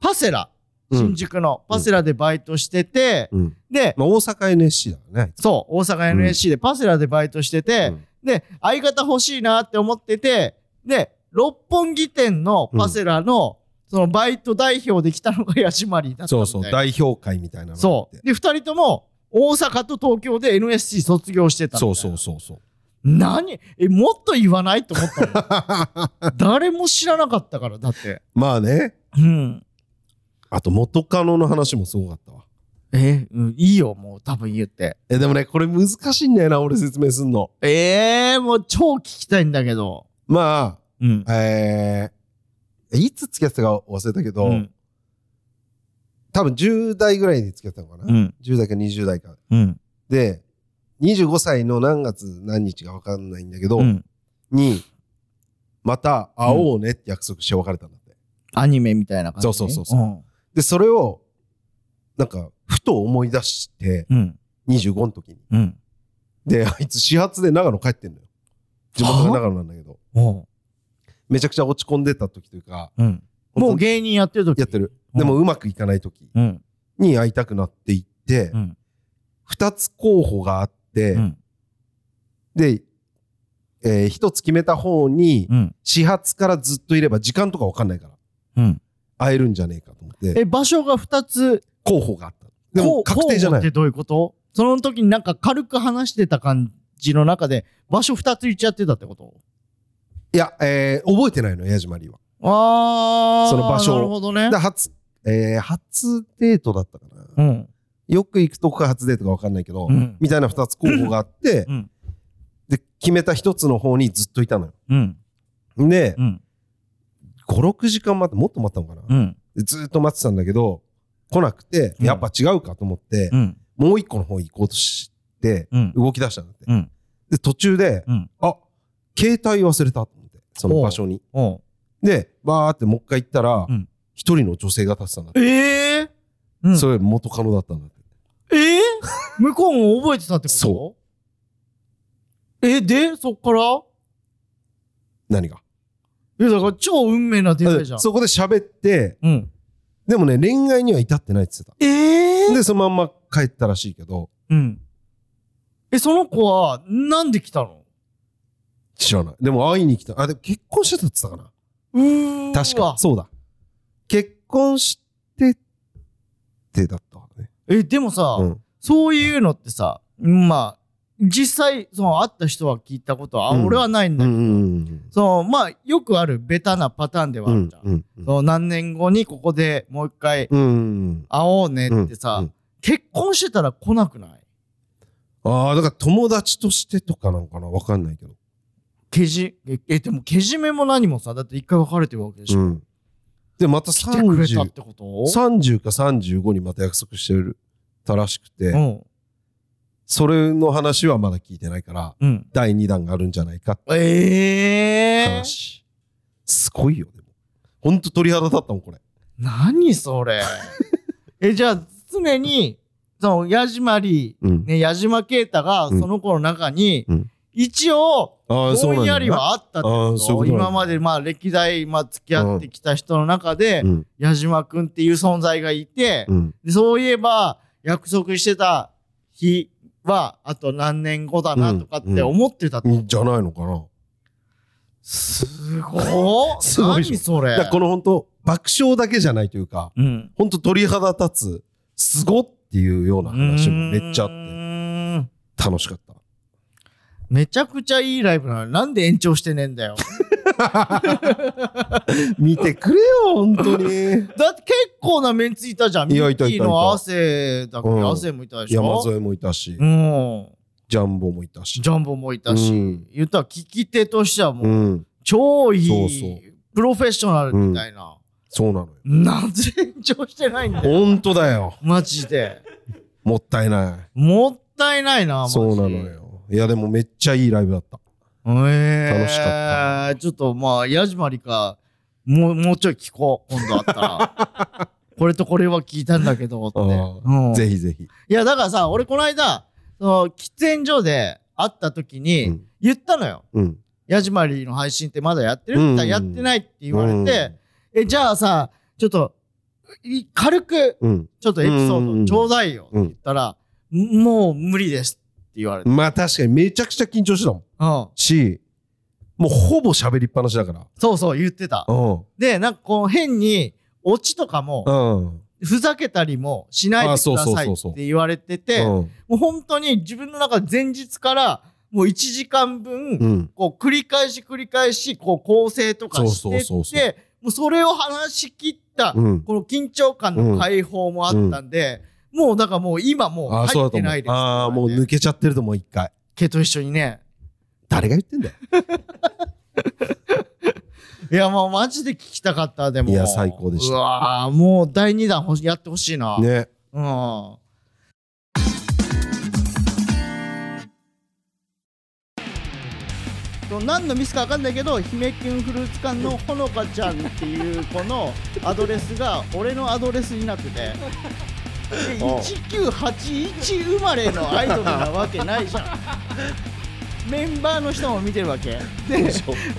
B: パセラ、
A: うん
B: 新宿のパセラでバイトしてて、
A: うん。
B: で、
A: まあ、大阪 NSC だからね。
B: そう、大阪 NSC でパセラでバイトしてて、で、相方欲しいなって思ってて、で、六本木店のパセラの、そのバイト代表で来たのがヤジマリーだった
A: そ
B: み
A: う
B: た
A: そ、
B: いうな
A: 代表会みたいなのがあって
B: そう。で、二人とも、大阪と東京で NSC 卒業してたみたい
A: そ
B: な
A: うそうそうそう。
B: 何え、もっと言わないと思った もん誰も知らなかったから、だって。
A: まあね。
B: うん。
A: あと、元カノの話もすごかったわ。
B: え、うん、いいよ、もう多分言って。
A: え、でもね、これ難しいんだよな、俺説明すんの。
B: ええもう超聞きたいんだけど。
A: ま
B: うん。
A: あ、えー、いつ付き合ってたか忘れたけど、
B: うん。
A: 多分10代ぐらいに付き合ってたのかな。
B: うん。
A: 10代か20代か。
B: うん。
A: で、25歳の何月何日か分かんないんだけど、
B: うん。
A: に、また会おうねって約束して別れたんだって。
B: アニメみたいな感じ。
A: そうそうそうそう
B: うん。
A: で、それを、なんか、ふと思い出して、
B: うん。
A: 25の時に。
B: うん。
A: で、あいつ始発で長野帰ってんのよ。地元が長野なんだけど。
B: おう
A: めちゃくちゃ落ち込んでた時というか、
B: うん。
A: 本
B: もう
A: 当に
B: 芸人やってる時
A: やってる。
B: うん
A: でもうまくいかない時
B: うん。
A: に会いたくなっていって
B: う、ん。
A: 二、つ候補があって、
B: うん。
A: で、えー一つ決めた方に、
B: うん。
A: 始発からずっといれば時間とかわかんないから、
B: うん。
A: 会えるんじゃねえかと思って、
B: え、場所が二つ
A: 候補があった。でも確定じゃな
B: こうこう思って
A: い。
B: どういうことその時になんか軽く話してた感じの中で場所2つ言っちゃってたってこと
A: いや、えー覚えてないの、矢島りは。
B: あー
A: その場所を
B: なるほどね
A: で。初えー初デートだったかな。
B: うん。
A: よく行くとこか初デートか分かんないけど、
B: うん。
A: みたいな2つ候補があって、
B: うん
A: で、決めた1つの方にずっといたの
B: うん。
A: よ。で、
B: うん。
A: 5、6時間待って、もっと待ったのかな。
B: うん。
A: でずっと待ってたんだけど、来なくて、
B: うん
A: やっぱ違うかと思って、
B: うん。
A: もう1個の方行こうとして、
B: うん。
A: 動き出したんだって。
B: うん
A: で、途中で、
B: うん
A: あ、携帯忘れたと思って、その場所に。
B: おう
A: で、バーってもう一回行ったら
B: うん、
A: 一、人の女性が立ってたんだって。
B: ええうん
A: それ元カノだったんだって。
B: ええ向こうも覚えてたってこと。
A: そう
B: え、で、そっから
A: 何が。
B: え、だから超運命な出会いじゃん。
A: そこで喋って、
B: うん。
A: でもね、恋愛には至ってないって言って
B: ええ
A: た。で、そのまんま帰ったらしいけど、
B: うん。え、その子は、なんで来たの
A: 知らない。でも会いに来た。あ、でも結婚してたって言ってたか
B: うーん。
A: な。確か。。そうだ。結婚してってだったわね。
B: え、でもさ、
A: うん。
B: そういうのってさ、まあ、実際、その、会った人は聞いたことは、あ
A: うん
B: 俺はないん
A: う
B: だけど、
A: んうん
B: その、まあ、よくあるベタなパターンでは
A: う
B: あ
A: ん。う
B: る
A: ん
B: じゃん。
A: うん
B: その何年後にここでもう一回
A: うんうん。
B: 会おうね
A: うん
B: ってさ、
A: うん
B: 結婚してたら来なくない
A: ああ、だから友達としてとかなのかなわかんないけど。
B: けじ、え、えでもけじめも何もさ、だって一回別れてるわけでし
A: う
B: ょ。
A: ん。で、また
B: 来てくれたっ
A: 30
B: てこと
A: 30か35にまた約束してるたらしくて、
B: うん。
A: それの話はまだ聞いてないから、
B: うん。
A: 第2弾があるんじゃないかって
B: ええー。
A: 話。すごいよ、でも。ほんと鳥肌立ったもん、これ。
B: 何 それえじゃあ常にその矢島り
A: うん。
B: ね矢島啓太が
A: うん
B: その子の中に、
A: うん
B: 一応
A: ああ、そう
B: ぼ
A: なん
B: んや
A: だ
B: り
A: な。
B: はあったって
A: あ
B: こ
A: ーそういうこととなんだ
B: 今までまあ歴代まあ付き合ってきた人の中で、
A: うん。
B: 矢島君っていう存在がいて、
A: うん。
B: でそういえば約束してた日はあと何年後だなとかって思ってたって、
A: うんじゃないのかな。
B: す ご
A: すごいでしょ
B: 何それ
A: だからこのほんと、爆笑だけじゃないというか、
B: うん
A: ほんと鳥肌立つ、すごっていうような話もめっちゃあ
B: う
A: っ
B: ーん
A: て、楽しかった。
B: めちゃくちゃいいライブなのになんで延長してねえんだ よ。
A: 見てくれよ、本当に。
B: だって結構なメンツいたじゃん。
A: いやいたいたいた
B: ミッキーの汗だっけ、
A: うん
B: 汗もいたでしょ。
A: 山添もいたし
B: う、ん。
A: ジャンボもいたし。
B: ジャンボもいたし、
A: うん
B: 言ったら聞き手としてはも
A: う
B: う、
A: ん。
B: 超いい、
A: そうそう
B: プロフェッショナルみたいな。
A: そうなのよ。
B: なぜ延長してないんだよ。
A: ほんとだよ。
B: マジで。
A: もったいな
B: もったいないな、マ
A: い。
B: ジ
A: そうなの。よ。いや、でもめっちゃいいライブだった。
B: えー、
A: 楽しか
B: ちょっとまあ、矢島りか、もう、もうちょい聞こう。今度あったら。 これとこれは聞いたんだけど、って。
A: あー
B: うん
A: ぜひぜひ。
B: いや、だからさ、俺この間、その、喫煙所で会った時
A: う
B: に
A: ん、
B: 言ったのよ。
A: うん。
B: ヤジマリーの配信ってまだやってるって言ったら、や
A: うん
B: ってないって言われて、え、じゃあさ、ちょっと、い軽く、
A: うん。
B: ちょっとエピソードちょうだいよって
A: うん
B: 言ったら、んもう無理ですって言われ
A: う
B: て。
A: ん。まあ確かにめちゃくちゃ緊張してたもん。
B: うん。
A: し、もうほぼ喋りっぱなしだから。
B: そうそう、言ってた
A: う。ん。
B: で、なんかこう、変に、オチとかも、
A: うん。
B: ふざけたりもしないで
A: あ
B: く
A: そう
B: だ
A: そう
B: さい
A: そうそう
B: って言われてて、
A: うん
B: もう本当に自分の中で前日から、もう1時間分
A: う、ん。
B: こう繰り返し繰り返し、こう構成とかしてって、
A: そうそうそうそ
B: もうそれを話し切った、
A: うん。
B: この緊張感の解放もあったんで、もうだからもう今もう
A: ああ、そうだ
B: 入
A: と
B: って
A: 思
B: ないで
A: う。
B: す。
A: ああ、もう抜けちゃってると思う、一回。
B: 毛と一緒にね。
A: 誰が言ってんだよ。
B: いやもうマジで聞きたかった、でも。
A: いや最高でした
B: うわあもう第2弾ほしやってほしいな。
A: ね。
B: うん。と何のミスか分かんないけど姫キュンフルーツ館のほのかちゃんっていう子のアドレスが俺のアドレスになっててで
A: おう
B: 1981生まれのアイドルなわけないじゃんメンバーの人も見てるわけで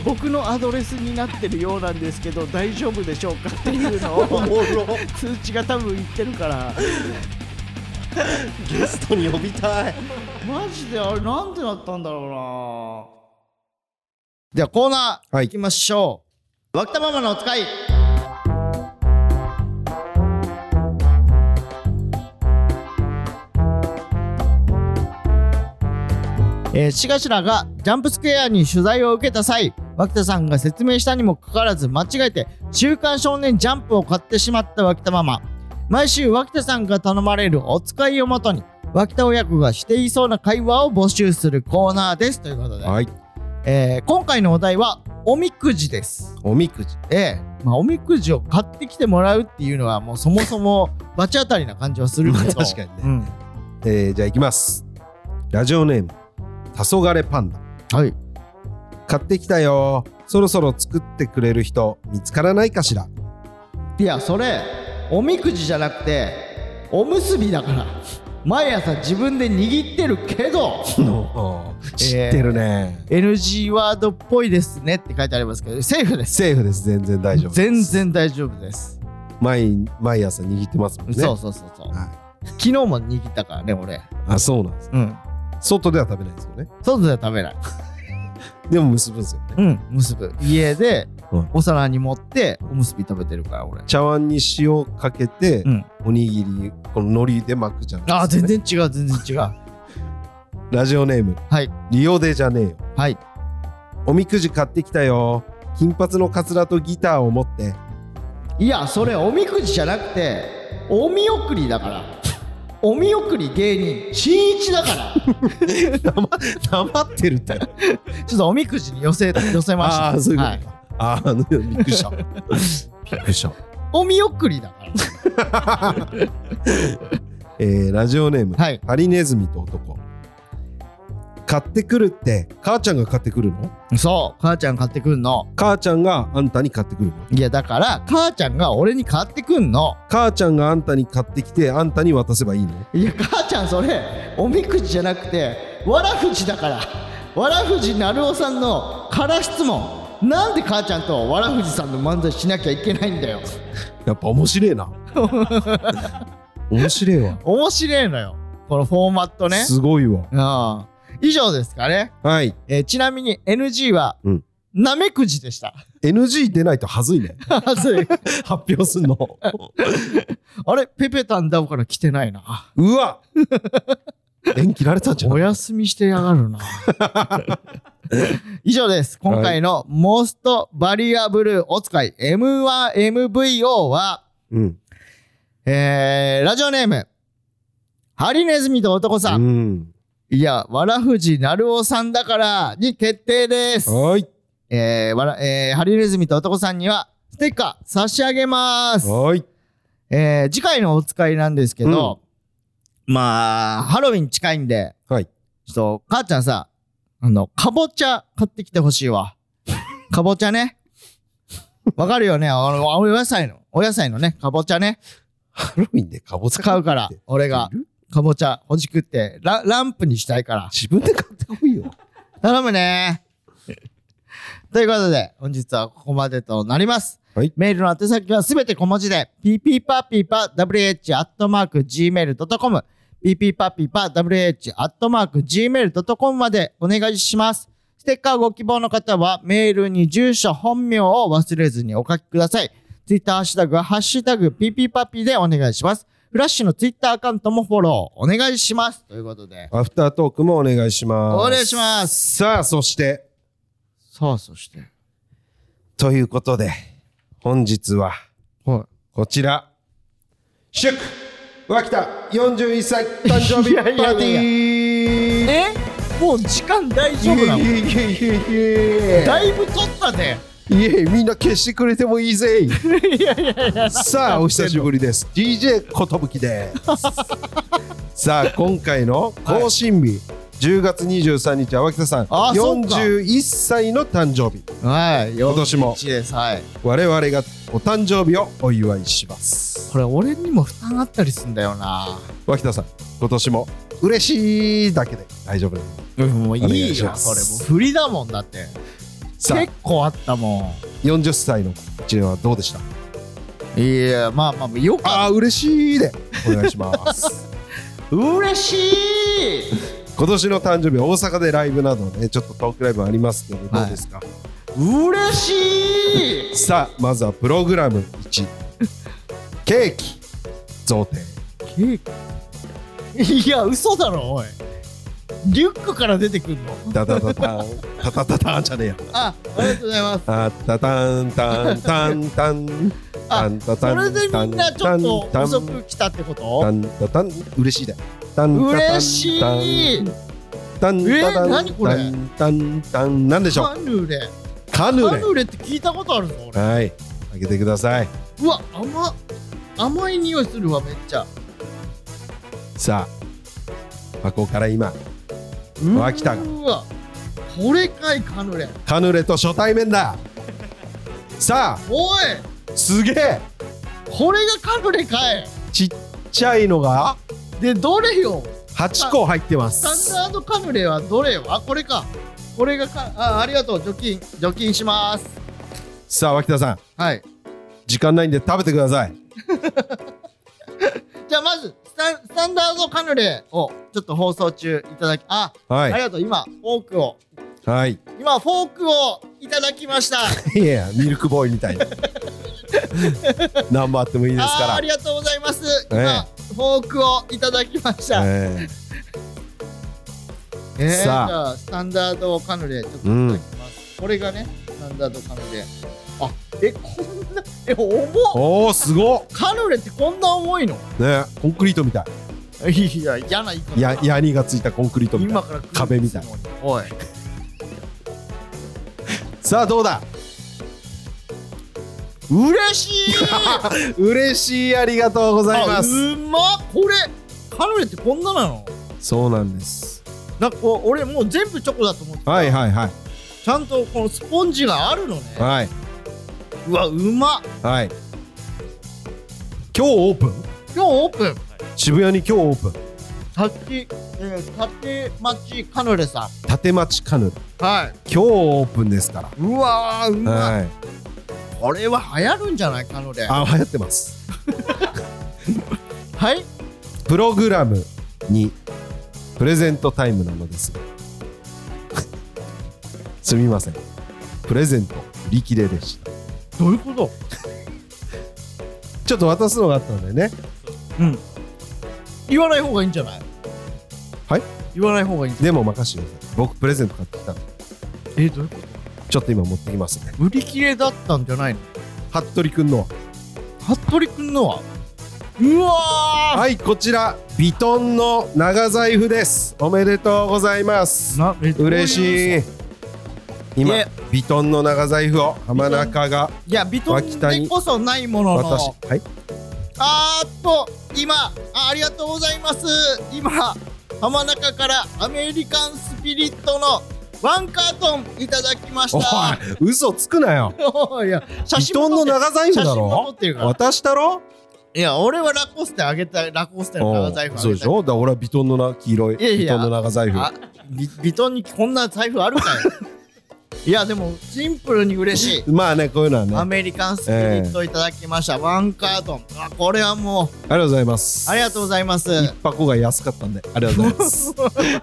B: 僕のアドレスになってるようなんですけど大丈夫でしょうかっていうのを 通知が多分言ってるから
A: ゲストに呼びたい。
B: マジであれなんでなったんだろうなではコーナー
A: はい
B: 行きましょう、わきたママのお使いえー、しがしらがジャンプスクエアに取材を受けた際脇田さんが説明したにもかかわらず間違えて「週刊少年ジャンプ」を買ってしまった脇田ママ毎週脇田さんが頼まれるお使いをもとに脇田親子がしていそうな会話を募集するコーナーですということで、
A: はい。
B: えー今回のお題はおみくじです
A: おみくじ。
B: ええまあ、おみくじを買ってきてもらうっていうのはもうそもそも罰当たりな感じはするけど
A: 確かにね
B: うん
A: えー、じゃあ行きます。ラジオネーム、黄昏パンダ。
B: はい
A: 買ってきたよ。そろそろ作ってくれる人見つからないかしら。
B: いやそれおみくじじゃなくておむすびだから毎朝自分で握ってる けど
A: 知ってるね。
B: NG ワードっぽいですねって書いてありますけどセーフです
A: セーフです。全然大丈夫です。
B: 全然大丈夫です、
A: 毎毎朝握ってますもんね。
B: そうそうそうそう
A: はい。
B: 昨日も握ったからね俺
A: あ、そうなんです。
B: うん
A: 外では食べないですよね。
B: 外では食べない
A: でも結ぶんですよね。
B: うん結ぶ家で
A: うん
B: お皿に盛っておむすび食べてるから俺
A: 茶碗に塩かけて、
B: うん
A: おにぎりこの海苔で巻くじゃないですか、
B: あー全然違う全然違う
A: ラジオネーム
B: はい
A: リオデジャネイロ
B: はい
A: おみくじ買ってきたよ金髪のカツラとギターを持って
B: いやそれおみくじじゃなくてお見送りだからお見送り芸人新一だから
A: 黙ってる って
B: ちょっとおみくじに寄せ寄せました
A: ああそういうことか、
B: はい、
A: ああびっくりしたびっくりした、
B: お見送りだから
A: えー、ラジオネーム、
B: はい
A: ハリネズミと男買ってくるって母ちゃんが買ってくるの
B: そう母ちゃん買ってくんの
A: 母ちゃんがあんたに買ってくるの
B: いやだから母ちゃんが俺に買ってくんの
A: 母ちゃんがあんたに買ってきてあんたに渡せばいいの
B: いや母ちゃんそれおみくじじゃなくてわらふじだからわらふじなるおさんのから質問なんで母ちゃんとわらふじさんの漫才しなきゃいけないんだよ
A: やっぱ面白え な面白えわ
B: 面白いのよこのフォーマットね
A: すごいわ
B: ああ以上ですかね、
A: はい
B: えーちなみに NG は、
A: うん
B: なめくじでした
A: NG 出ないとはずいね
B: はずい
A: 発表すんの
B: あれペペタンダオから来てないな
A: うわ縁切られたんじゃ
B: お
A: ない
B: 休みしてや がるな以上です今回のモストバリアブルお使い M1MVO は、
A: うん
B: えー、ラジオネームハリネズミと男さ、
A: うんん
B: いやわらふじなるおさんだからに決定です
A: はい
B: えーわらえーハリネズミと男さんにはステッカー差し上げます、
A: はい
B: えー次回のお使いなんですけど、まあハロウィン近いんで
A: はい
B: ちょっと母ちゃんさあのかぼちゃ買ってきてほしいわかぼちゃねわかるよねあのお野菜のお野菜のねかぼちゃね
A: ハロウィンでかぼちゃ
B: 使うから
A: 買って
B: 俺が
A: いる
B: かぼちゃほじくってラランプにしたいから
A: 自分で買ってこいよ
B: 頼むね。 ということで、本日はここまでとなります。
A: はい
B: メールの宛先はすべて小文字で、pppapwh.gmail.com、pppapwh.gmail.com までお願いします。ステッカーご希望の方は、メールに住所、本名を忘れずにお書きください。ツイッターハッシュタグは、ハッシュタグ、pppapi でお願いします。フラッシュのツイッターアカウントもフォローお願いします。ということで、
A: アフタートークもお願いします
B: お願いします
A: さあそして
B: さあ、そして、
A: ということで本日は
B: はい。
A: こちら祝脇田41歳誕生日
B: い
A: パー
B: やいやいやいや
A: ティー
B: えもう時間大
A: い
B: 丈
A: え
B: 夫
A: い
B: なの
A: えいえいえ
B: だいぶ取ったね
A: いえみんな消してくれてもいい ぜさあお久しぶりです DJ 寿 ですさあ今回の更新日、10月23日は脇田さん
B: あそうか
A: 41歳の誕生日
B: はい今
A: 年も
B: ですはい
A: 我々がお誕生日をお祝いします
B: これ俺にも負担あったりすんだよな
A: 脇田さん今年も嬉しいだけで大丈夫です
B: もうい
A: お願い
B: い
A: し
B: よ
A: ます
B: それもう振りだもんだって
A: さあ
B: 結構あったも
A: 40歳の一年はどうでした
B: んいやまあまあよかっ
A: ああ嬉しいでお願いします
B: た嬉しい
A: 今年の誕生日大阪でライブなどねちょっとトークライブありますけど
B: はい
A: どうですか、
B: 嬉しい
A: さあまずはプログラム1ケーキ贈呈
B: ケーキいや嘘だろおいリュックから出てくるの
A: タタタタンタタタタンじゃねえや
B: あありがとうございます
A: あタタンタンタンタンタンタ
B: そ
A: タ
B: れ
A: ン
B: で
A: タ
B: み
A: ン
B: んなちょっと
A: タン
B: 遅く来たってこ
A: タ
B: と
A: ンタタン嬉しいだよタンタタンタン
B: 嬉しい
A: タン
B: えー
A: タタン
B: 何これ
A: タンタンタンなんでしょ
B: カヌレ
A: うカヌ
B: カ
A: レ
B: ヌレって聞いたことあるぞ俺
A: はい開けてくださいう
B: わ甘っ甘い匂いするわめっちゃ
A: さあ箱から今わ来た
B: うわこれかいカヌレ
A: カヌレと初対面ださ
B: おい
A: あすげえ
B: これがカヌレかい
A: ちっちゃいのが
B: でどれよ
A: 8個入ってま
B: ス
A: す
B: タンダードカヌレはどれよあこれかこれがかあありがとう除菌除菌します
A: さあ脇田さん
B: はい
A: 時間ないんで食べてください
B: じゃあまずスタンスタンダードカヌレをちょっと放送中いただきあ、
A: は
B: あり
A: い
B: がとう今フォークを
A: はい
B: 今フォークをいただきました
A: いやミルクボーイみたいな何もあってもいいです
B: あーあ
A: か
B: りがとうございます今、
A: え
B: フォークをいただきました、
A: ら、
B: え
A: え
B: ーじ
A: さあ
B: ゃあスタンダードカヌレちょっといただきます、これがねスタンダードカヌレあえこんなえ重
A: ー、
B: っ
A: おおすごっ
B: カヌレってこんな重いの
A: ねコンクリートみたい
B: いや嫌な言い方
A: やヤニがついたコンクリートみたい
B: 今から来る
A: 壁みたい
B: おい
A: さあどうだ
B: 嬉しいあ
A: 嬉しいありがとうございます
B: うまっこれカヌレってこんななの
A: そうなんです
B: なんかこう俺もう全部チョコだと思ってた
A: はいはいはい
B: ちゃんとこのスポンジがあるのね
A: はいう
B: わうまっ
A: はい今日オープン
B: 今日オープン
A: 渋谷に今日オープン
B: さっき、えー、縦町カヌレさ
A: 立町カヌレ
B: んはい
A: 今日オープンですから
B: うわーうまい
A: はい
B: これは流行るんじゃないカヌレ
A: あ流行ってます
B: はい
A: プログラムにプレゼントタイムなのですが すみませんプレゼント売り切れでした
B: どういうこと
A: ちょっと渡すのがあったんだよね
B: うん言わない方がいいんじゃない
A: はい
B: 言わない方がいいんじゃ
A: でも任せてください僕プレゼント買ってきたんで
B: ないえどういうこ
A: ちょっと今持ってきますね
B: と売り切れだったんじゃないの
A: 服部くんのは
B: 服部君のはうわ
A: はいこちらヴィトンの長財布ですおめでとうございます
B: なめっちゃ
A: 嬉しい今ヴ
B: いえ
A: ィトンの長財布を浜中が
B: いやビトンでこそないもの
A: 私
B: の
A: はい
B: あーっと今あありがとうございます今浜中からアメリカンスピリットのワンカートンいただきまし
A: お
B: た
A: い嘘つくな よ
B: おいいや写
A: ヴィ
B: 真
A: トンの
B: も撮って
A: 長財布だ
B: 写真も撮
A: ろ
B: ってるから
A: 私だろ
B: いや俺はラコステあげたいラコステの長財布あげたい
A: そうでしょだから俺はヴィトンのな黄色い
B: いや
A: ヴ
B: い
A: ィ
B: や
A: トンの長財布
B: あビビトンにこんな財布あるか よいやでもシンプルに嬉しい
A: まあねこういうのはね
B: ア
A: あり
B: メリカンスピリットいただきました、ワンカートンあこれはもう
A: がとうございます
B: ありがとうございます
A: 一箱が安かったんでありがとうございます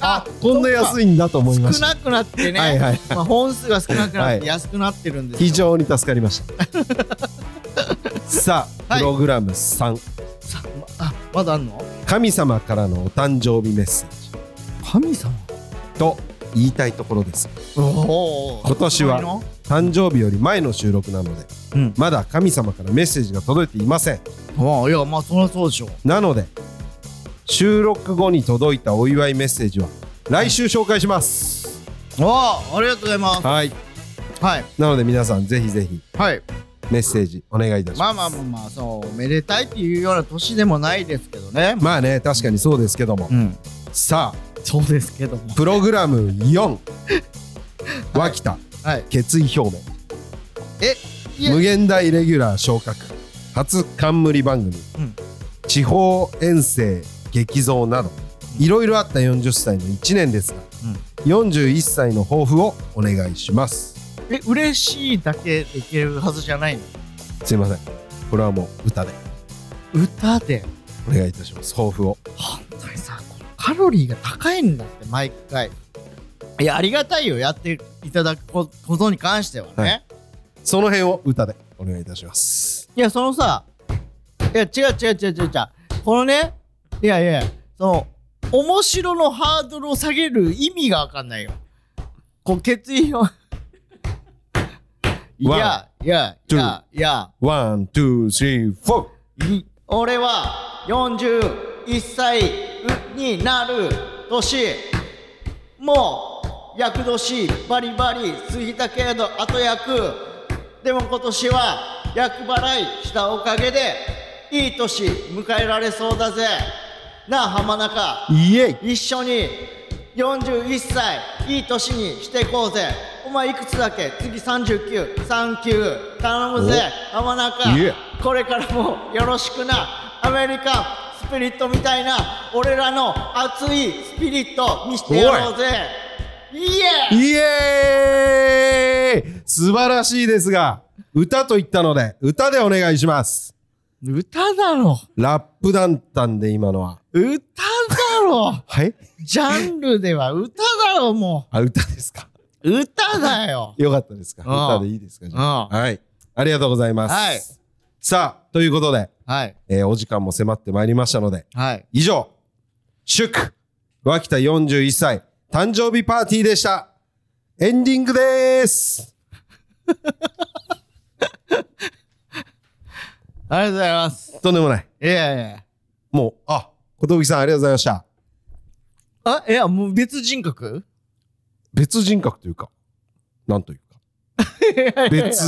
B: あ
A: こんな安いんだと思いまし
B: 少
A: た
B: なくなってね、
A: はいはい
B: まあ、本数が少なくなっ
A: は
B: て
A: い
B: 安くなってるんです
A: 非常
B: よ、
A: に助かりました さあ
B: はい
A: プログラム3
B: さまあまだあんの
A: 神様からのお誕生日メッセージ
B: 神様
A: と言いたいところです
B: おお
A: 今年は誕生日より前の収録なので、
B: うん
A: まだ神様からメッセージが届いていません
B: あいやまあそりゃそうでしょう
A: なので収録後に届いたお祝いメッセージは来週紹介します、
B: ああありがとうございます
A: はい
B: はい
A: なので皆さんぜひぜひ
B: はい
A: メッセージお願いいたし
B: ま
A: ま
B: あ
A: す
B: まあまあまあそうめでたいっていうような年でもないですけどね
A: まあね確かにそうですけども、
B: うん
A: さあ
B: そうですけども
A: プログラム4 脇田
B: はい
A: 決意表
B: えい
A: 明
B: や
A: 無限大レギュラー昇格初冠番組、
B: うん
A: 地方遠征激増などいろいろあった40歳の1年ですが、41歳の抱負をお願いします
B: え嬉しいだけできるはずじゃないの
A: すいませんこれはもう歌で
B: 歌で
A: お願いいたします抱負を
B: 本当にさこのカロリーが高いんだって毎回いやありがたいよやっていただくこことに関してはね、、
A: はいその辺を歌でお願いいたします
B: やそのさいや違う違う違う違う違うこのねいやいやその面白のハードルを下げる意味がわかんないよ。こう、決意を。いや、いや、い
A: two
B: や、いや、
A: ワン、ツー、スリー、フォー。
B: い俺は41歳になる年。もう、厄年バリバリ過ぎたけれど、あと厄。でも今年は、厄払いしたおかげで、いい年迎えられそうだぜ。なあ、浜中。
A: イエイ
B: 一緒に41歳いい年にしていこうぜお前いくつだっけ次39三級頼むぜ浜中
A: いえ
B: これからもよろしくなアメリカンスピリットみたいな俺らの熱いスピリット見してやろうぜイエー
A: イエーイ素晴らしいですが、歌と言ったので、歌でお願いします。
B: イ歌だろ
A: ラップだったんで、今のは。
B: 歌だろ
A: はい
B: ジャンルでは歌だろも
A: あ、歌ですか。
B: う歌だよ
A: よかったですか。
B: ああ
A: 歌でいいですか。じゃ
B: あ
A: あはい。ありがとうございます。
B: はい
A: さあ、ということで、
B: はい
A: えーお時間も迫ってまいりましたので、
B: はい
A: 以上、祝、脇田41歳、誕生日パーティーでした。エンディングでーす。
B: ありがとうございます
A: とんでもない。
B: いやいや
A: もう、あ、小峠さんありがとうございました。
B: あ、いや、もう別人格
A: 別人格というか、なんという か、別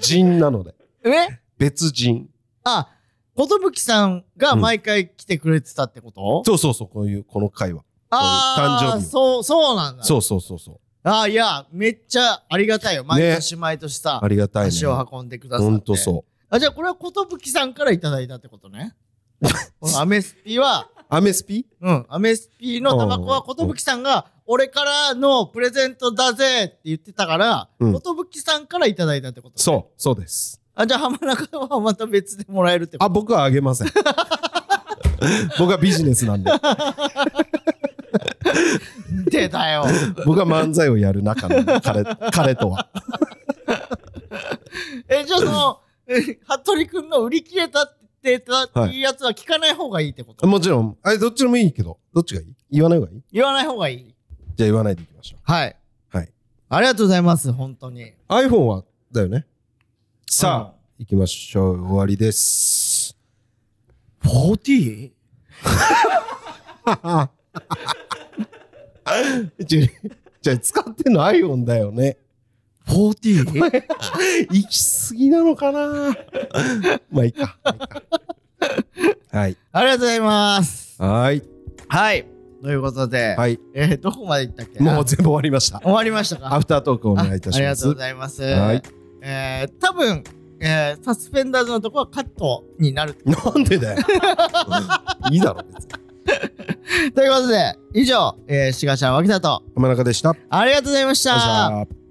A: 人なので、
B: え
A: 別人。
B: あ、ことぶきさんが毎回来てくれてたってこと、
A: そうそうそう、こういう、この会話。
B: あ
A: 誕生
B: あ、
A: 日
B: そう、そうなんだ。
A: そうそうそうそう。
B: あーいや、めっちゃありがたいよ。毎年毎年さ、
A: ありがたいね。
B: 足を運んでくださって。
A: ほんとそう。
B: あ、じゃあこれはことぶきさんからいただいたってこと ね。このアメスピは、
A: アメスピ
B: うん、アメスピのタバコはことぶきさんが、俺からのプレゼントだぜって言ってたから、
A: うん
B: ことぶきさんからいただいたってこと、
A: そう、そうです。
B: あ、じゃあ浜中はまた別でもらえるってこと
A: あ、僕はあげません。 僕はビジネスなんで、
B: 出た よ。
A: 僕は漫才をやる仲なんで、彼、彼とは。
B: え、じゃあその、 え服部君の売り切れたって言ってたっ
A: は
B: て
A: い
B: いうやつは聞かない方がいいってこと、
A: もちろん、あれ、どっちでもいいけど、どっちがいい言わない方がいい
B: 言わない方がいい
A: じゃあ言わないでいきましょ
B: はい。
A: はい。
B: ありがとうございます、本当に。
A: う。iPhone は、だよね。さあ、行きましょう。終わりです。
B: 40?
A: じゃあ、じゃあ使ってんの iPhone だよね。
B: 40?
A: 行き過ぎなのかなまあいいか。まあいいかはい。
B: ありがとうございます。
A: はい。
B: はい。ということで、
A: はい。
B: えーどこまで行ったっけ
A: も
B: あ
A: う全部終わりました。
B: 終わりましたか
A: アフタートークお願いいたします。
B: あありがとうございます。
A: はい
B: えー、多分、えー、サスペンダーズのとこはカットになる。
A: なんでだよ。 いいだろ、別に。
B: ということで、以上、えー、シガちゃん、脇田と、
A: 浜中でした。
B: ありがとうございました。
A: よいしょ